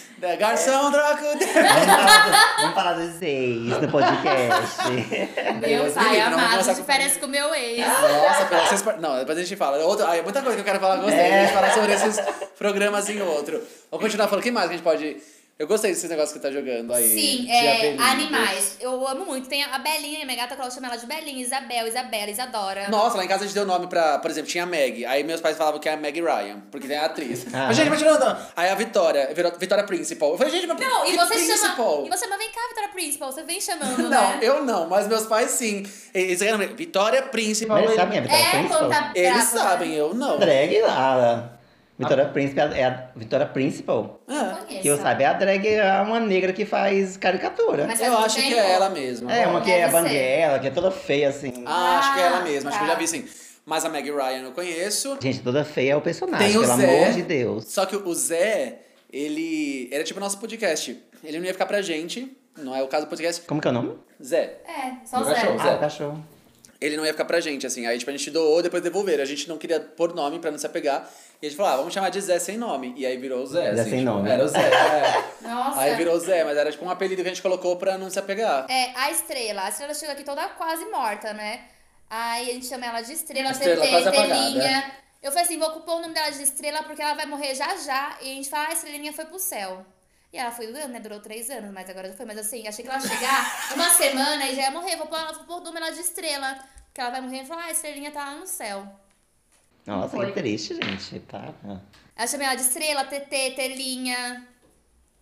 Speaker 1: Da Garçom, troca o dedo.
Speaker 2: Vamos falar, do- vamos falar dos ex no podcast.
Speaker 3: Meu
Speaker 1: Deus
Speaker 3: pai
Speaker 1: me livre, não vou
Speaker 3: amado,
Speaker 1: começar
Speaker 3: de
Speaker 1: com-
Speaker 3: férias com o meu ex.
Speaker 1: Nossa, pelo- vocês... par- É. Não, depois a gente fala. Outro... Ah, é muita coisa que eu quero falar com vocês. A gente fala sobre esses programas em outro. Vou continuar falando. O que mais que a gente pode... Eu gostei desse negócio que tá jogando aí.
Speaker 3: Sim,
Speaker 1: de
Speaker 3: é,
Speaker 1: apelidos.
Speaker 3: animais. Eu amo muito. Tem a Belinha, minha gata Cláudia chama ela de Belinha, Isabel, Isabela, Isadora.
Speaker 1: Nossa, lá em casa a gente deu nome pra. Por exemplo, tinha a Meg. Aí meus pais falavam que é a Meg Ryan, porque tem a atriz.
Speaker 2: Ah.
Speaker 1: Mas, gente, mas tirando. Aí a Vitória, virou Vitória Principal. Eu falei, gente, mas
Speaker 3: Não, e
Speaker 1: que
Speaker 3: você
Speaker 1: Principal?
Speaker 3: chama. E você chama, vem cá, Vitória Principal, você vem chamando,
Speaker 1: Não,
Speaker 3: né?
Speaker 1: eu não, mas meus pais sim. Eles eram Vitória Principal.
Speaker 2: Mas eles
Speaker 1: ele-
Speaker 2: sabem quem é a Vitória
Speaker 3: É,
Speaker 2: Principal?
Speaker 3: quando tá
Speaker 1: Eles
Speaker 3: bravo, né?
Speaker 1: sabem, eu não.
Speaker 2: Drag lá.
Speaker 3: Ah.
Speaker 2: Vitória Principal é a Vitória Principal.
Speaker 1: É.
Speaker 3: Conheço.
Speaker 2: Que eu sabe, é a drag é uma negra que faz caricatura.
Speaker 3: Mas um- faz
Speaker 1: Eu
Speaker 3: muito
Speaker 1: acho que
Speaker 3: tempo.
Speaker 1: é ela mesma.
Speaker 2: É, uma que é
Speaker 3: Deve ser.
Speaker 2: banguela, que é toda feia, assim.
Speaker 1: Ah, acho que é ela mesma, acho que eu
Speaker 3: tá.
Speaker 1: já vi sim. Mas a Meg Ryan eu conheço.
Speaker 2: Gente, toda feia é o personagem,
Speaker 1: Tem o
Speaker 2: pelo
Speaker 1: Zé.
Speaker 2: amor de Deus.
Speaker 1: Só que o Zé, ele era tipo o nosso podcast. Ele não ia ficar pra gente, não é o caso do podcast.
Speaker 2: Como que é o nome?
Speaker 1: Zé,
Speaker 3: É, só
Speaker 1: Do
Speaker 3: o Zé.
Speaker 1: cachorro.
Speaker 2: Ah, o cachorro.
Speaker 1: ele não ia ficar pra gente, assim. Aí, tipo, a gente doou, depois devolveram. A gente não queria pôr nome pra não se apegar. E a gente falou, ah, vamos chamar de Zé sem nome. E aí virou o Zé.
Speaker 2: Zé
Speaker 1: assim,
Speaker 2: sem
Speaker 1: tipo,
Speaker 2: nome. né?
Speaker 1: Era o Zé. é.
Speaker 3: Nossa.
Speaker 1: Aí virou o Zé, mas era tipo um apelido que a gente colocou pra não se apegar.
Speaker 3: É, a estrela. A estrela chegou aqui toda quase morta, né? Aí a gente chama ela de estrela,
Speaker 1: Estrela
Speaker 3: TT,
Speaker 1: quase apagada. é.
Speaker 3: estrelinha. Eu falei assim, vou ocupar o nome dela de estrela porque ela vai morrer já já. E a gente fala, ah, a estrelinha foi pro céu. E ela foi durando, né? Durou três anos, mas agora já foi. Mas assim, achei que ela ia chegar uma semana e já ia morrer. Vou pôr, ela- vou pôr o nome dela de estrela. Porque ela vai morrer e falar, ah, a estrelinha tá lá no céu.
Speaker 2: Nossa,
Speaker 3: Foi.
Speaker 2: que triste, gente. Tá.
Speaker 3: Aí Eu chamei ela de Estrela, TT, Telinha.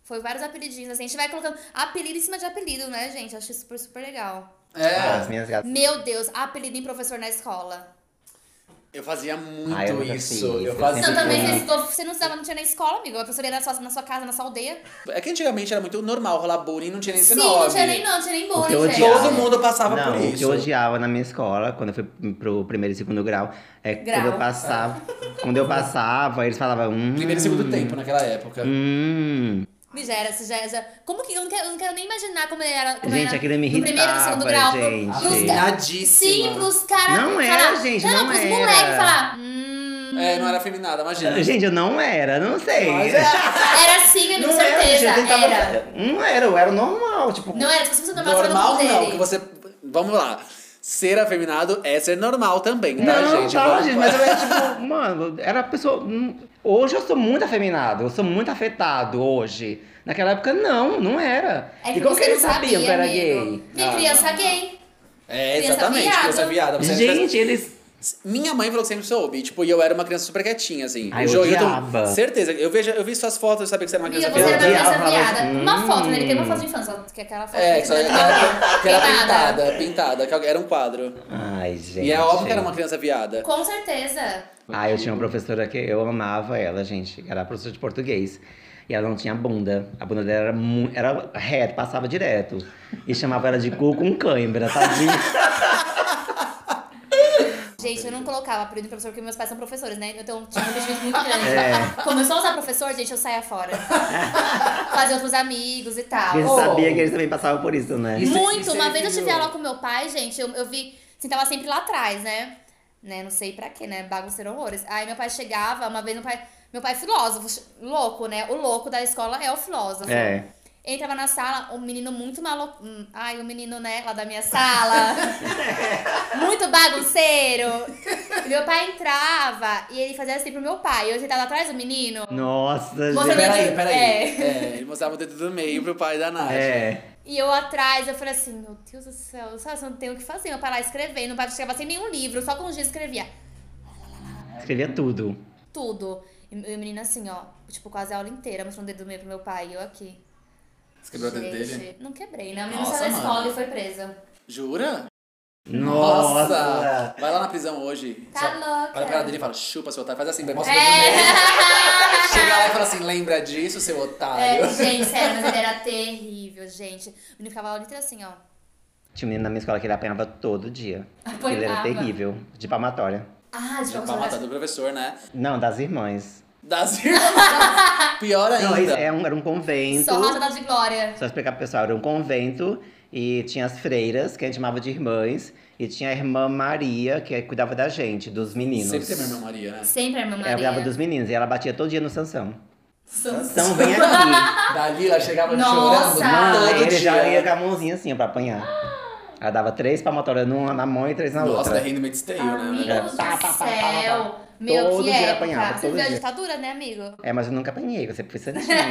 Speaker 3: Foi vários apelidinhos, assim. A gente vai colocando apelido em cima de apelido, né, gente? Acho isso super, super legal.
Speaker 1: É.
Speaker 2: Ah, as minhas gatas.
Speaker 3: Meu Deus, apelido em professor na escola.
Speaker 1: Eu fazia muito
Speaker 2: Ah, eu nunca fiz
Speaker 1: isso. Eu
Speaker 2: isso,
Speaker 1: fazia
Speaker 3: Não,
Speaker 2: Sempre
Speaker 3: também
Speaker 2: foi.
Speaker 3: você, estudou- você não estudava, não tinha na escola, amigo. A professora ia na sua, na sua casa, na sua aldeia.
Speaker 1: É que antigamente era muito normal rolar bullying, não tinha nem esse
Speaker 3: Sim,
Speaker 1: nome.
Speaker 3: não tinha nem não, não tinha nem
Speaker 2: O que eu
Speaker 3: bullying, gente.
Speaker 2: odiava.
Speaker 1: Todo mundo passava
Speaker 2: não,
Speaker 1: por
Speaker 2: o que eu
Speaker 1: isso.
Speaker 2: odiava na minha escola, quando eu fui pro primeiro e segundo grau, é que
Speaker 3: Grau.
Speaker 2: quando eu passava. quando eu passava, eles falavam. Hum,
Speaker 1: Primeiro e segundo tempo naquela época.
Speaker 2: Hum.
Speaker 3: Nigéria, Sugéria. Como que. Eu não quero, eu não quero nem imaginar como ele era. Como
Speaker 2: Gente,
Speaker 3: era
Speaker 2: aquilo me
Speaker 3: no primeiro e no segundo
Speaker 2: irritava,
Speaker 3: grau. pro-
Speaker 2: gente.
Speaker 3: pros ga- Sim,
Speaker 1: Afinadíssima.
Speaker 3: pros caras.
Speaker 2: Não era,
Speaker 3: cara,
Speaker 2: gente,
Speaker 3: Não,
Speaker 2: não
Speaker 3: pros
Speaker 2: era.
Speaker 3: moleques falar. Hum.
Speaker 1: É, não era feminada, imagina.
Speaker 2: Gente, eu não era, não sei.
Speaker 1: Mas é.
Speaker 3: Era sim, amigo,
Speaker 2: Não era,
Speaker 3: certeza.
Speaker 2: gente, eu tentava-
Speaker 3: Era.
Speaker 2: Não era, eu era normal. Tipo,
Speaker 3: Não era, se você não
Speaker 1: Normal
Speaker 3: dele.
Speaker 1: não, que você. Vamos lá. Ser afeminado é ser normal também, tá,
Speaker 2: Não,
Speaker 1: gente?
Speaker 2: tá,
Speaker 1: Vamos-
Speaker 2: gente, mas eu era tipo, mano, era a pessoa. hum, Hoje eu sou muito afeminado, eu sou muito afetado hoje. Naquela época, não, não era.
Speaker 3: É que
Speaker 2: e como
Speaker 3: você
Speaker 2: que eles
Speaker 3: não
Speaker 2: sabiam que era
Speaker 3: amigo.
Speaker 2: gay?
Speaker 3: Minha
Speaker 1: Não,
Speaker 3: criança gay.
Speaker 1: É,
Speaker 3: Criança
Speaker 1: exatamente,
Speaker 3: viada.
Speaker 1: criança viada. Você
Speaker 2: Gente, eles.
Speaker 1: Minha mãe falou que sempre soube. Tipo, e eu era uma criança super quietinha, assim.
Speaker 2: Ai, eu
Speaker 1: Jo- eu tô-
Speaker 2: odiava.
Speaker 1: Certeza. Eu, vejo, eu vi suas fotos, eu sabia que você era uma
Speaker 3: Amiga,
Speaker 1: criança
Speaker 3: você era uma
Speaker 1: viada.
Speaker 2: viada.
Speaker 3: criança
Speaker 2: Ela
Speaker 3: viada.
Speaker 2: falava assim,
Speaker 3: Uma foto, né? Ele tem uma
Speaker 2: hum.
Speaker 3: foto de infância, que é aquela foto.
Speaker 1: É, que, só, que era, que era
Speaker 3: Pintada.
Speaker 1: pintada, pintada, que era um quadro.
Speaker 2: Ai, gente.
Speaker 1: E é óbvio que era uma criança viada.
Speaker 3: Com certeza.
Speaker 2: Ah, eu tinha uma professora que eu amava ela, gente. Era a professora de português. E ela não tinha bunda. A bunda dela era, mu- era reta, passava direto. E chamava ela de cu com cãibra, tadinha.
Speaker 3: Gente, eu não colocava apelido de professor porque meus pais são professores, né? Então tinha um investimento muito grande. Começou a usar professor, gente, eu saia fora. Fazer outros amigos e tal.
Speaker 2: Porque
Speaker 1: Oh.
Speaker 2: sabia que eles também passavam por isso, né?
Speaker 1: Isso-
Speaker 3: Muito!
Speaker 1: isso
Speaker 3: uma
Speaker 1: é
Speaker 3: vez eu tive
Speaker 1: lindo.
Speaker 3: aula com meu pai, gente, eu, eu vi. Assim, tava sempre lá atrás, né? Né? Não sei pra quê, né? Bagunceiro horrores. Aí meu pai chegava, uma vez meu pai. Meu pai é filósofo, ch- louco, né? O louco da escola é o filósofo.
Speaker 2: É.
Speaker 3: Entrava na sala, um menino muito maluco. hum, Ai, um menino, né, lá da minha sala. muito bagunceiro. E meu pai entrava e ele fazia assim pro meu pai. Eu sentava atrás do menino.
Speaker 2: Nossa,
Speaker 3: Mostrando-
Speaker 2: gente.
Speaker 1: Peraí, peraí.
Speaker 3: É.
Speaker 1: É, ele mostrava o dedo do meio pro pai da Nath.
Speaker 2: É.
Speaker 3: E eu atrás, eu falei assim, meu Deus do céu, sabe, eu não tenho o que fazer. Meu pai lá escrevendo, meu pai chegava sem nenhum livro, só com os dias escrevia
Speaker 2: Escrevia tudo.
Speaker 3: tudo. E e o menino assim, ó, tipo, quase a aula inteira, mostrando o dedo do meio pro meu pai, e eu aqui.
Speaker 1: Escreveu o dedo dele?
Speaker 3: Gente, Não quebrei, né? O menino
Speaker 1: Nossa,
Speaker 3: saiu da
Speaker 1: mano.
Speaker 3: escola e foi preso.
Speaker 1: Jura?
Speaker 2: Nossa!
Speaker 1: Vai lá na prisão hoje.
Speaker 3: Tá
Speaker 1: Só-
Speaker 3: louca.
Speaker 1: Olha pra cara dele e fala, chupa seu otário. Faz assim, vai mostrar o dedo do meio.
Speaker 3: É!
Speaker 1: Chega lá e fala assim, lembra disso, seu otário.
Speaker 3: É, gente, sério, mas ele era terrível, gente. O menino ficava a aula inteira assim, ó.
Speaker 2: Tinha um menino na minha escola que ele apanhava todo dia.
Speaker 3: Apanhava.
Speaker 2: Ele era terrível. De palmatória.
Speaker 3: Ah, de
Speaker 1: Já
Speaker 3: tipo,
Speaker 1: pra matar do tá professor, né?
Speaker 2: Não, das irmãs.
Speaker 1: Das irmãs. Pior
Speaker 2: Não, isso
Speaker 1: ainda.
Speaker 2: é um- era um convento.
Speaker 3: só rata da de glória.
Speaker 2: Só explicar pro pessoal, era um convento e tinha as freiras, que a gente chamava de irmãs, e tinha a irmã Maria, que cuidava da gente, dos meninos.
Speaker 1: Sempre tem minha irmã Maria, né?
Speaker 3: Sempre a irmã
Speaker 2: Ela cuidava
Speaker 3: Maria.
Speaker 2: dos meninos e ela batia todo dia no Sansão.
Speaker 3: Santos.
Speaker 2: Então vem aqui.
Speaker 1: Dali ela chegava
Speaker 3: Nossa!
Speaker 1: chorando
Speaker 2: Mano,
Speaker 1: todo
Speaker 2: ele já ia
Speaker 1: dia.
Speaker 2: com a mãozinha assim ó, pra apanhar. Ela dava três palmatórias numa na mão e três na
Speaker 4: Nossa,
Speaker 1: tá
Speaker 2: outra.
Speaker 4: da
Speaker 1: né?
Speaker 4: Handmaid's Tale,
Speaker 3: Amigo
Speaker 4: né?
Speaker 2: É.
Speaker 3: do
Speaker 2: Pá, pá, pá, pá,
Speaker 3: céu.
Speaker 2: pá.
Speaker 3: Meu,
Speaker 2: Todo
Speaker 3: que
Speaker 2: dia
Speaker 3: época.
Speaker 2: apanhava,
Speaker 3: Você
Speaker 2: todo
Speaker 3: viveu a
Speaker 2: dia.
Speaker 3: ditadura, né, amigo?
Speaker 2: É, mas eu nunca apanhei, eu sempre fui santinha.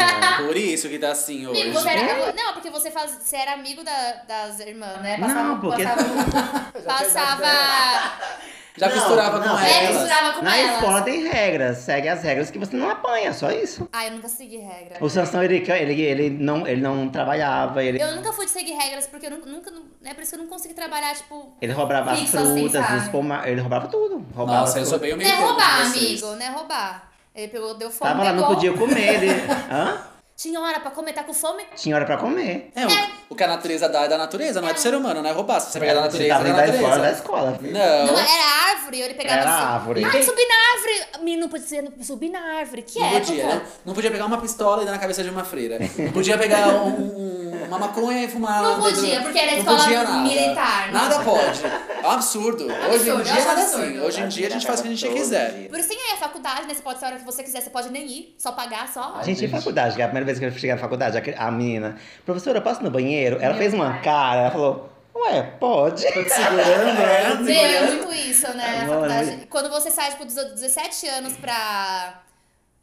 Speaker 4: Por isso que tá assim hoje.
Speaker 3: Amigo, você
Speaker 1: né?
Speaker 3: era, não, porque você, faz, você era amigo da- das irmãs, né? Passava,
Speaker 2: Não, porque-
Speaker 3: Passava... passava
Speaker 1: Já
Speaker 2: Não,
Speaker 1: costurava
Speaker 2: não,
Speaker 1: com
Speaker 3: é,
Speaker 1: elas.
Speaker 3: misturava com
Speaker 2: Na
Speaker 3: elas.
Speaker 2: escola tem regras, segue as regras que você não apanha, só isso.
Speaker 3: Ah, eu nunca segui regra.
Speaker 2: O Sansão, ele, ele, ele, não, ele não trabalhava, ele,
Speaker 3: Eu nunca fui de seguir regras, porque eu nu- nunca... nu- É por isso que eu não consegui trabalhar, tipo...
Speaker 2: ele roubava as
Speaker 3: Fixo, assim,
Speaker 2: frutas,
Speaker 3: sabe?
Speaker 2: os pomar, ele roubava tudo. Roubava
Speaker 4: Nossa, eu
Speaker 2: tudo.
Speaker 4: sou bem o
Speaker 3: Não
Speaker 4: meio
Speaker 3: é
Speaker 4: termo de
Speaker 3: roubar,
Speaker 1: assim.
Speaker 4: vocês.
Speaker 3: amigo, não é roubar. Ele pegou, deu fome,
Speaker 2: Tava lá, não
Speaker 3: pegou.
Speaker 2: podia comer, ele... Hã?
Speaker 3: Tinha hora pra comer, tá com fome?
Speaker 2: Tinha hora pra comer.
Speaker 1: É, o, o que a natureza dá é da natureza, não é do ser humano, não é roubar. Se você pegar da
Speaker 2: Você
Speaker 1: natureza,
Speaker 2: tá tava
Speaker 1: é da
Speaker 2: indo da escola, da
Speaker 1: natureza.
Speaker 2: escola. filho.
Speaker 3: Não, é
Speaker 1: Não.
Speaker 3: era árvore, ele pegava
Speaker 2: Era
Speaker 3: assim.
Speaker 2: árvore.
Speaker 3: Ah, subir na árvore! Menino, não podia subir na árvore. Que
Speaker 1: Não
Speaker 3: época?
Speaker 1: podia, né? Não podia pegar uma pistola e dar na cabeça de uma freira. Não podia pegar um- um- uma maconha e fumar.
Speaker 3: Não
Speaker 1: lá dentro-
Speaker 3: podia, porque era
Speaker 1: não
Speaker 3: escola
Speaker 1: podia nada.
Speaker 3: militar, né?
Speaker 1: Nada pode. É um absurdo. Hoje em
Speaker 3: Absurdo, um
Speaker 1: dia é nada
Speaker 3: absurdo.
Speaker 1: assim. Hoje em dia a gente faz o que a gente
Speaker 2: Todo
Speaker 1: quiser.
Speaker 2: dia.
Speaker 3: Por isso tem aí a faculdade, né? Você pode ser a hora que você quiser, você pode nem ir, só pagar, só.
Speaker 2: A gente, em faculdade, que é a primeira vez que eu cheguei na faculdade, a cri- a menina, professora, eu posso ir no banheiro? Ela fez uma cara, ela falou, ué, pode.
Speaker 1: Tô te segurando, né?
Speaker 3: Meu, é muito isso, né? A
Speaker 2: Mano,
Speaker 3: faculdade. Quando você sai, tipo, dos 17 anos pra,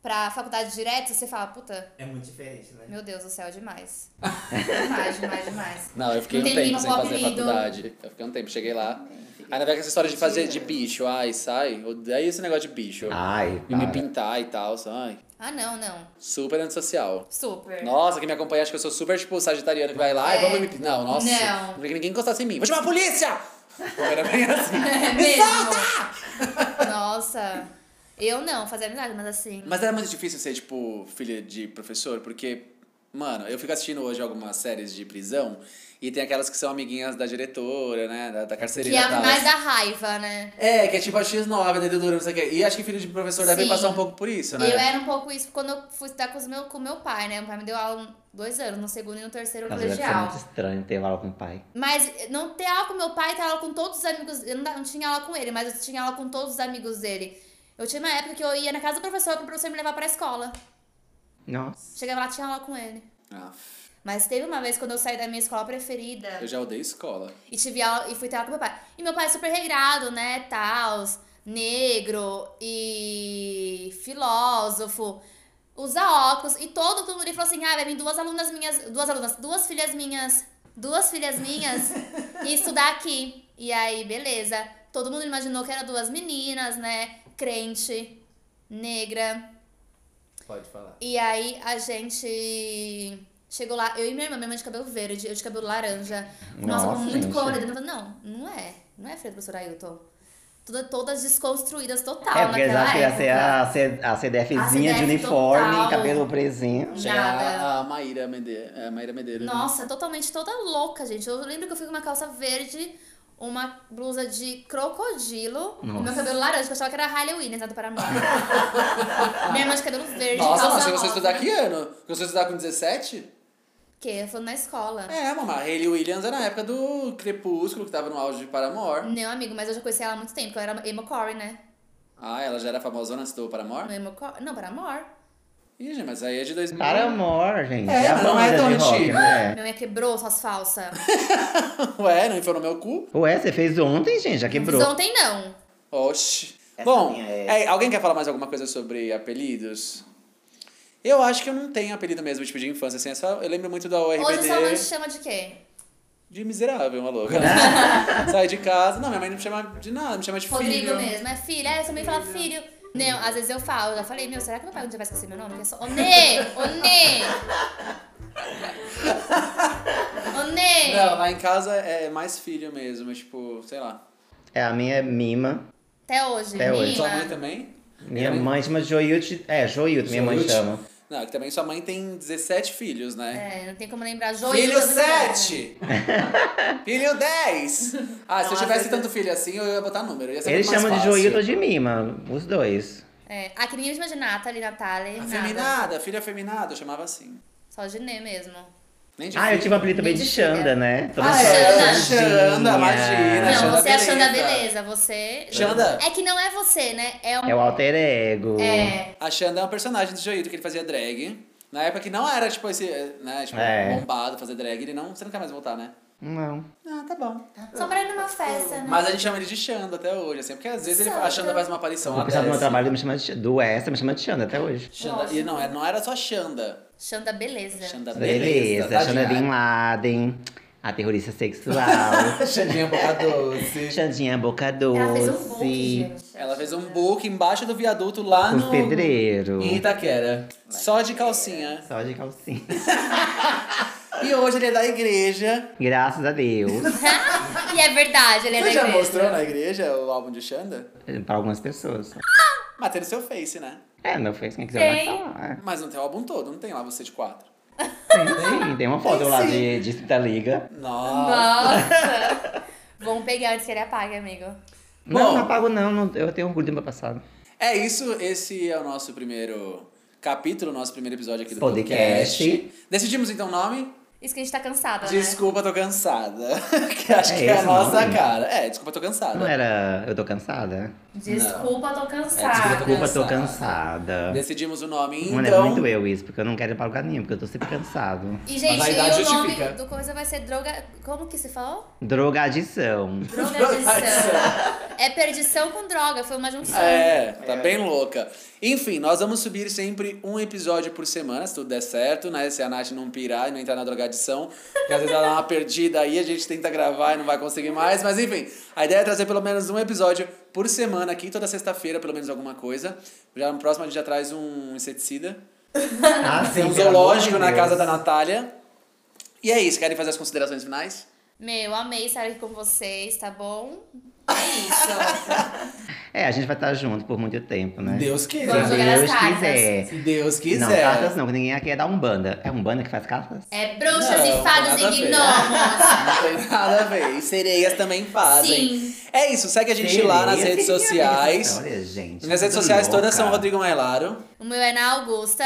Speaker 3: pra faculdade direto, você fala, puta,
Speaker 5: É muito diferente, né?
Speaker 3: meu Deus do céu, é demais. demais, demais, demais.
Speaker 1: Não, eu fiquei
Speaker 3: Não
Speaker 1: um
Speaker 3: tem
Speaker 1: tempo
Speaker 3: rima
Speaker 1: sem
Speaker 3: com
Speaker 1: fazer
Speaker 3: apelido.
Speaker 1: faculdade. Eu fiquei um tempo, cheguei lá. Ainda vem com essa história de fazer
Speaker 3: é.
Speaker 1: de bicho, ai, sai. Odeio esse negócio de bicho.
Speaker 2: Ai,
Speaker 1: E me
Speaker 2: para.
Speaker 1: pintar e tal, ai.
Speaker 3: Ah, não, não.
Speaker 1: Super antissocial.
Speaker 3: Super.
Speaker 1: Nossa, quem me acompanha acha que eu sou super, tipo, sagitariano que vai lá e
Speaker 3: É.
Speaker 1: vamos me. pintar. Não, nossa.
Speaker 3: Não.
Speaker 1: Não queria que ninguém encostasse em mim. Vou chamar a polícia! Era bem assim.
Speaker 3: É mesmo. Nossa. Eu não, fazer amizade, mas assim.
Speaker 1: Mas era muito difícil ser, tipo, filha de professor, porque, mano, eu fico assistindo hoje algumas séries de prisão e tem aquelas que são amiguinhas da diretora, né? Da, da
Speaker 3: Que
Speaker 1: carcereira
Speaker 3: é
Speaker 1: e tal.
Speaker 3: mais da raiva, né?
Speaker 1: É, que é tipo a X9, a dedudura, não sei o quê. E acho que filho de professor deve
Speaker 3: Sim.
Speaker 1: passar um pouco por isso, né?
Speaker 3: Eu era um pouco isso quando eu fui estudar com, os meu, com meu pai, né? Meu pai me deu aula dois anos, no segundo e no terceiro
Speaker 2: Nossa, deve ser
Speaker 3: colegial.
Speaker 2: Tá, é muito estranho ter aula com o pai.
Speaker 3: Mas não ter aula com meu pai, ter aula com todos os amigos. Eu não, da- não tinha aula com ele, mas eu tinha aula com todos os amigos dele. Eu tinha uma época que eu ia na casa do professor pro professor me levar pra escola.
Speaker 2: Nossa.
Speaker 3: Chegava lá, tinha aula com ele.
Speaker 1: Ah,
Speaker 3: Mas teve uma vez quando eu saí da minha escola preferida
Speaker 1: eu já odeio escola.
Speaker 3: e tive aula, e fui ter aula com meu pai. E meu pai é super regrado, né? Tals, negro e filósofo. Usa óculos. E todo mundo ele falou assim: ah, vai vir duas alunas minhas. Duas alunas, duas filhas minhas. Duas filhas minhas e estudar aqui. E aí, beleza. Todo mundo imaginou que eram duas meninas, né? Crente, negra.
Speaker 5: Pode falar.
Speaker 3: E aí a gente chegou lá, eu e minha irmã, minha irmã de cabelo verde, eu de cabelo laranja, com nossa,
Speaker 2: Nossa,
Speaker 3: muito
Speaker 2: gente.
Speaker 3: colorida. Eu falei, Não, não é, não é Freira professor Ailton. Toda, todas desconstruídas total
Speaker 2: é, porque eles
Speaker 3: naquela
Speaker 2: acham que ia ser
Speaker 3: época.
Speaker 2: a, C- a CDFzinha de
Speaker 3: CDF
Speaker 2: uniforme,
Speaker 3: total.
Speaker 2: cabelo presinho.
Speaker 3: Nada.
Speaker 1: Chegar a Maíra Medeiros. É, Maíra Medeiros. né?
Speaker 3: Nossa, totalmente toda louca, gente. Eu lembro que eu fui com uma calça verde, uma blusa de crocodilo, o meu
Speaker 2: Nossa.
Speaker 3: cabelo laranja, que eu achava que era né, Harley Williams, nada para mim. minha irmã de cabelo verde,
Speaker 1: Nossa,
Speaker 3: calça
Speaker 1: mas se você
Speaker 3: rosa.
Speaker 1: estudar que ano? Se você estudar com 17?
Speaker 3: Que? Falando na escola.
Speaker 1: É, mamãe. Hayley Williams era na época do Crepúsculo, que tava no auge de Paramore.
Speaker 3: Não, amigo, mas eu já conheci ela há muito tempo, eu era emo core, né?
Speaker 1: Ah, ela já era famosona antes do Paramore?
Speaker 3: Emo core? Não, para amor.
Speaker 1: Ih, gente, mas aí é de 2000.
Speaker 2: Para amor, gente.
Speaker 1: É,
Speaker 2: É, a
Speaker 1: mas não é
Speaker 2: banda
Speaker 1: tão
Speaker 2: de rock,
Speaker 1: antigo.
Speaker 2: né?
Speaker 3: Minha mãe quebrou suas falsas.
Speaker 1: Ué, não enfiou no meu cu?
Speaker 2: Ué, você fez ontem, gente, já quebrou.
Speaker 3: Mas ontem não.
Speaker 1: Oxi.
Speaker 2: Essa
Speaker 1: Bom,
Speaker 2: minha é-
Speaker 1: é, alguém quer falar mais alguma coisa sobre apelidos? Eu acho que eu não tenho apelido mesmo, tipo, de infância, assim, é só, eu lembro muito da ORBD
Speaker 3: Hoje sua mãe te chama de quê?
Speaker 1: de miserável, uma louca. Sai de casa, não, minha mãe não me chama de nada, me chama de
Speaker 3: Rodrigo
Speaker 1: filho.
Speaker 3: mesmo. É filho. É, sua mãe fala filho. Não, às vezes eu falo, eu já falei, meu, será que meu pai um dia vai esquecer meu nome? Porque é só. Onê! Onê! Onê!
Speaker 1: Não, lá em casa é mais filho mesmo, é tipo, sei lá.
Speaker 2: É, a minha é Mima.
Speaker 3: Até hoje,
Speaker 2: Até hoje.
Speaker 1: Sua
Speaker 3: Mima.
Speaker 1: mãe também?
Speaker 2: Minha
Speaker 1: Minha
Speaker 2: mãe chama Joiute. É, Joiute, minha mãe
Speaker 1: É. Joiute.
Speaker 2: chama.
Speaker 1: Não, é que também sua mãe tem 17 filhos, né?
Speaker 3: É, não tem como lembrar. Joio.
Speaker 1: Filho
Speaker 3: eu também não lembro.
Speaker 1: 7! filho 10! Ah, se eu tivesse tanto filho assim, eu ia botar número. Ia ser
Speaker 2: Eles
Speaker 1: muito mais
Speaker 2: chamam de
Speaker 1: fácil.
Speaker 2: Joiute ou de Mima, os dois.
Speaker 3: É. Ah, que nem eu de Nathalie, Nathalie. Nada.
Speaker 1: Afeminada, filha afeminada, eu chamava assim.
Speaker 3: Só de Nê mesmo.
Speaker 1: Nem de
Speaker 2: Ah, eu
Speaker 1: filho.
Speaker 2: tive um apelido também de
Speaker 3: Mentira.
Speaker 2: Xanda, né? Todo
Speaker 3: Ah,
Speaker 2: mundo
Speaker 1: Xanda,
Speaker 3: é,
Speaker 2: Xandinha.
Speaker 1: imagina,
Speaker 3: Não,
Speaker 1: Xanda
Speaker 3: você é a Xanda
Speaker 1: Beleza.
Speaker 3: Beleza, você.
Speaker 1: Xanda.
Speaker 3: É que não é você, né? É um.
Speaker 2: É o alter ego.
Speaker 3: É.
Speaker 1: A Xanda é um personagem do Joito que ele fazia drag. Na época que não era, tipo, esse, né, tipo,
Speaker 2: É.
Speaker 1: bombado fazer drag, ele não, você não quer mais voltar, né?
Speaker 2: Não.
Speaker 1: Ah, tá bom.
Speaker 3: Só morei numa festa, né?
Speaker 1: Mas a gente chama ele de Xanda até hoje, assim, porque às vezes ele, a
Speaker 3: Xanda.
Speaker 1: Xanda faz uma aparição assim.
Speaker 2: O
Speaker 1: lá
Speaker 2: pessoal do meu
Speaker 1: desce.
Speaker 2: trabalho me chama de, do Essa me chama de Xanda até hoje.
Speaker 1: Xanda, e não, é- não era só Xanda.
Speaker 3: Xanda, beleza.
Speaker 1: é- Xanda beleza.
Speaker 2: Beleza, Xanda
Speaker 1: tadinha.
Speaker 2: Bin Laden, a terrorista sexual,
Speaker 1: é
Speaker 5: Xandinha
Speaker 1: um
Speaker 5: boca doce.
Speaker 2: Xandinha Boca
Speaker 3: Ela fez um book,
Speaker 2: Doce,
Speaker 3: gente.
Speaker 1: Ela fez um book embaixo do viaduto lá
Speaker 2: os
Speaker 1: no.
Speaker 2: pedreiros.
Speaker 1: Em Itaquera. Só de calcinha.
Speaker 2: Só de calcinha.
Speaker 1: E hoje ele é da igreja.
Speaker 2: Graças a Deus.
Speaker 3: e é verdade, ele é da
Speaker 1: Você já
Speaker 3: igreja.
Speaker 1: mostrou né? na igreja o álbum de Xanda?
Speaker 2: pra algumas pessoas.
Speaker 1: Mas tem no seu face, né?
Speaker 2: É, meu fez quem quiser
Speaker 3: Tem.
Speaker 2: vai falar. É,
Speaker 1: Mas não tem o álbum todo, não tem lá você de quatro.
Speaker 2: Tem, tem, tem uma foto lá
Speaker 1: sim.
Speaker 2: de, de Cita Liga.
Speaker 1: Nossa.
Speaker 3: Nossa! Vamos pegar antes que ele apague, amigo.
Speaker 2: Não,
Speaker 1: Bom.
Speaker 2: não apago não, não- eu tenho orgulho do meu passado.
Speaker 1: É isso, esse é o nosso primeiro capítulo, nosso primeiro episódio aqui do podcast.
Speaker 2: Podcast.
Speaker 1: Decidimos então o nome?
Speaker 3: Isso que a gente tá cansada, né?
Speaker 1: Desculpa, tô cansada. que acho
Speaker 2: É
Speaker 1: que é a
Speaker 2: esse o
Speaker 1: nossa
Speaker 2: nome?
Speaker 1: cara. É, desculpa, tô cansada.
Speaker 2: Não era eu tô cansada?
Speaker 3: Desculpa, tô
Speaker 1: É, desculpa,
Speaker 3: cansada.
Speaker 2: Desculpa, tô
Speaker 1: Cansada.
Speaker 2: cansada.
Speaker 1: Decidimos o nome,
Speaker 2: Mano, é
Speaker 1: então.
Speaker 2: muito eu isso, porque eu não quero ir pra lugar nenhum, porque eu tô sempre cansado.
Speaker 3: E, gente,
Speaker 1: Mas a
Speaker 3: e
Speaker 1: idade
Speaker 3: o nome
Speaker 1: justifica.
Speaker 3: do coisa vai ser droga... Como que se falou?
Speaker 2: Drogadição.
Speaker 3: é Drogadição. é perdição com droga, foi uma junção.
Speaker 1: É, tá bem louca. Enfim, nós vamos subir sempre um episódio por semana, se tudo der certo, né? Se a Nath não pirar e não entrar na drogadição, porque às vezes ela dá uma perdida aí, a gente tenta gravar e não vai conseguir mais. Mas enfim, a ideia é trazer pelo menos um episódio por semana aqui, toda sexta-feira, pelo menos alguma coisa. Já no próximo a gente já traz um inseticida.
Speaker 2: Ah, sim,
Speaker 1: Tem um
Speaker 2: pelo amor de
Speaker 1: zoológico na
Speaker 2: Deus.
Speaker 1: casa da Natália. E é isso, querem fazer as considerações finais?
Speaker 3: Meu, amei estar aqui com vocês, tá bom? É isso.
Speaker 2: É, a gente vai estar junto por muito tempo, né?
Speaker 1: Deus
Speaker 3: Vamos
Speaker 2: Se
Speaker 1: quiser.
Speaker 3: jogar
Speaker 2: Deus
Speaker 3: as cartas.
Speaker 2: quiser.
Speaker 1: Se Deus quiser.
Speaker 2: Não, cartas não, que ninguém aqui é da Umbanda. É Umbanda que faz cartas?
Speaker 3: É bruxas
Speaker 1: Não,
Speaker 3: e fadas
Speaker 1: nada a
Speaker 3: e
Speaker 1: ver.
Speaker 3: gnomos.
Speaker 1: Não tem nada a ver. E sereias também fazem.
Speaker 3: Sim.
Speaker 1: É isso, segue a gente lá nas redes sociais.
Speaker 2: Olha, gente.
Speaker 1: Minhas redes
Speaker 2: tudo
Speaker 1: sociais todas
Speaker 2: louca.
Speaker 1: são Rodrigo Mailaro.
Speaker 3: O meu é na Augusta.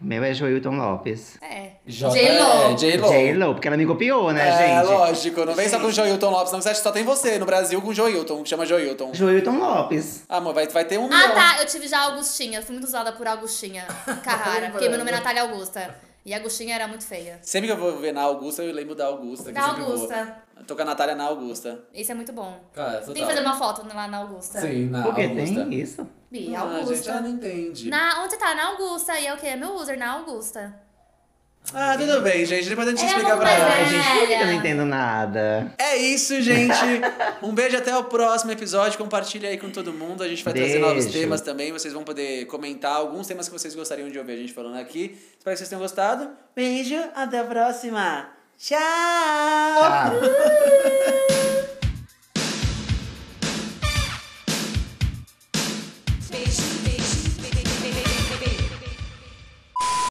Speaker 2: O meu é Joilton Lopes.
Speaker 3: É.
Speaker 1: É,
Speaker 3: J-Lo.
Speaker 1: J-Lo.
Speaker 2: J-Lo, porque ela me copiou, né,
Speaker 1: É,
Speaker 2: gente?
Speaker 1: lógico. Não vem só com o Joilton Lopes, não. Você acha que só tem você no Brasil com o Joilton, que chama Joilton.
Speaker 2: Joilton Lopes.
Speaker 1: Ah, Amor, vai, vai ter um
Speaker 3: Ah,
Speaker 1: milhão.
Speaker 3: tá. Eu tive já a Augustinha. Fui muito usada por Augustinha Carrara. porque meu nome é Natália Augusta. E a Agostinha era muito feia.
Speaker 1: Sempre que eu vou ver na Augusta, eu lembro da Augusta. Que
Speaker 3: Da
Speaker 1: eu sempre
Speaker 3: Augusta.
Speaker 1: Vou. Eu Tô com a Natália na Augusta.
Speaker 3: Isso é muito bom.
Speaker 1: Cara,
Speaker 3: Tem que fazer uma foto lá na Augusta.
Speaker 1: Sim, na
Speaker 2: Porque
Speaker 1: Ah, Augusta.
Speaker 2: tem isso.
Speaker 3: Bi,
Speaker 1: Ah, a gente já
Speaker 3: Augusta.
Speaker 1: não entende.
Speaker 3: Na, onde tá? Na Augusta. E é o que? É meu user, na Augusta.
Speaker 1: Ah, tudo bem, gente. Depois a gente
Speaker 3: É,
Speaker 1: explica
Speaker 3: vamos
Speaker 1: pra
Speaker 3: mais
Speaker 1: ela.
Speaker 2: Ai,
Speaker 3: Velha.
Speaker 2: gente, por que eu não entendo nada?
Speaker 1: É isso, gente. Um beijo até o próximo episódio. Compartilha aí com todo mundo. A gente vai trazer
Speaker 2: Beijo.
Speaker 1: novos temas também. Vocês vão poder comentar alguns temas que vocês gostariam de ouvir a gente falando aqui. Espero que vocês tenham gostado. Beijo, até a próxima. Tchau!
Speaker 2: Tchau.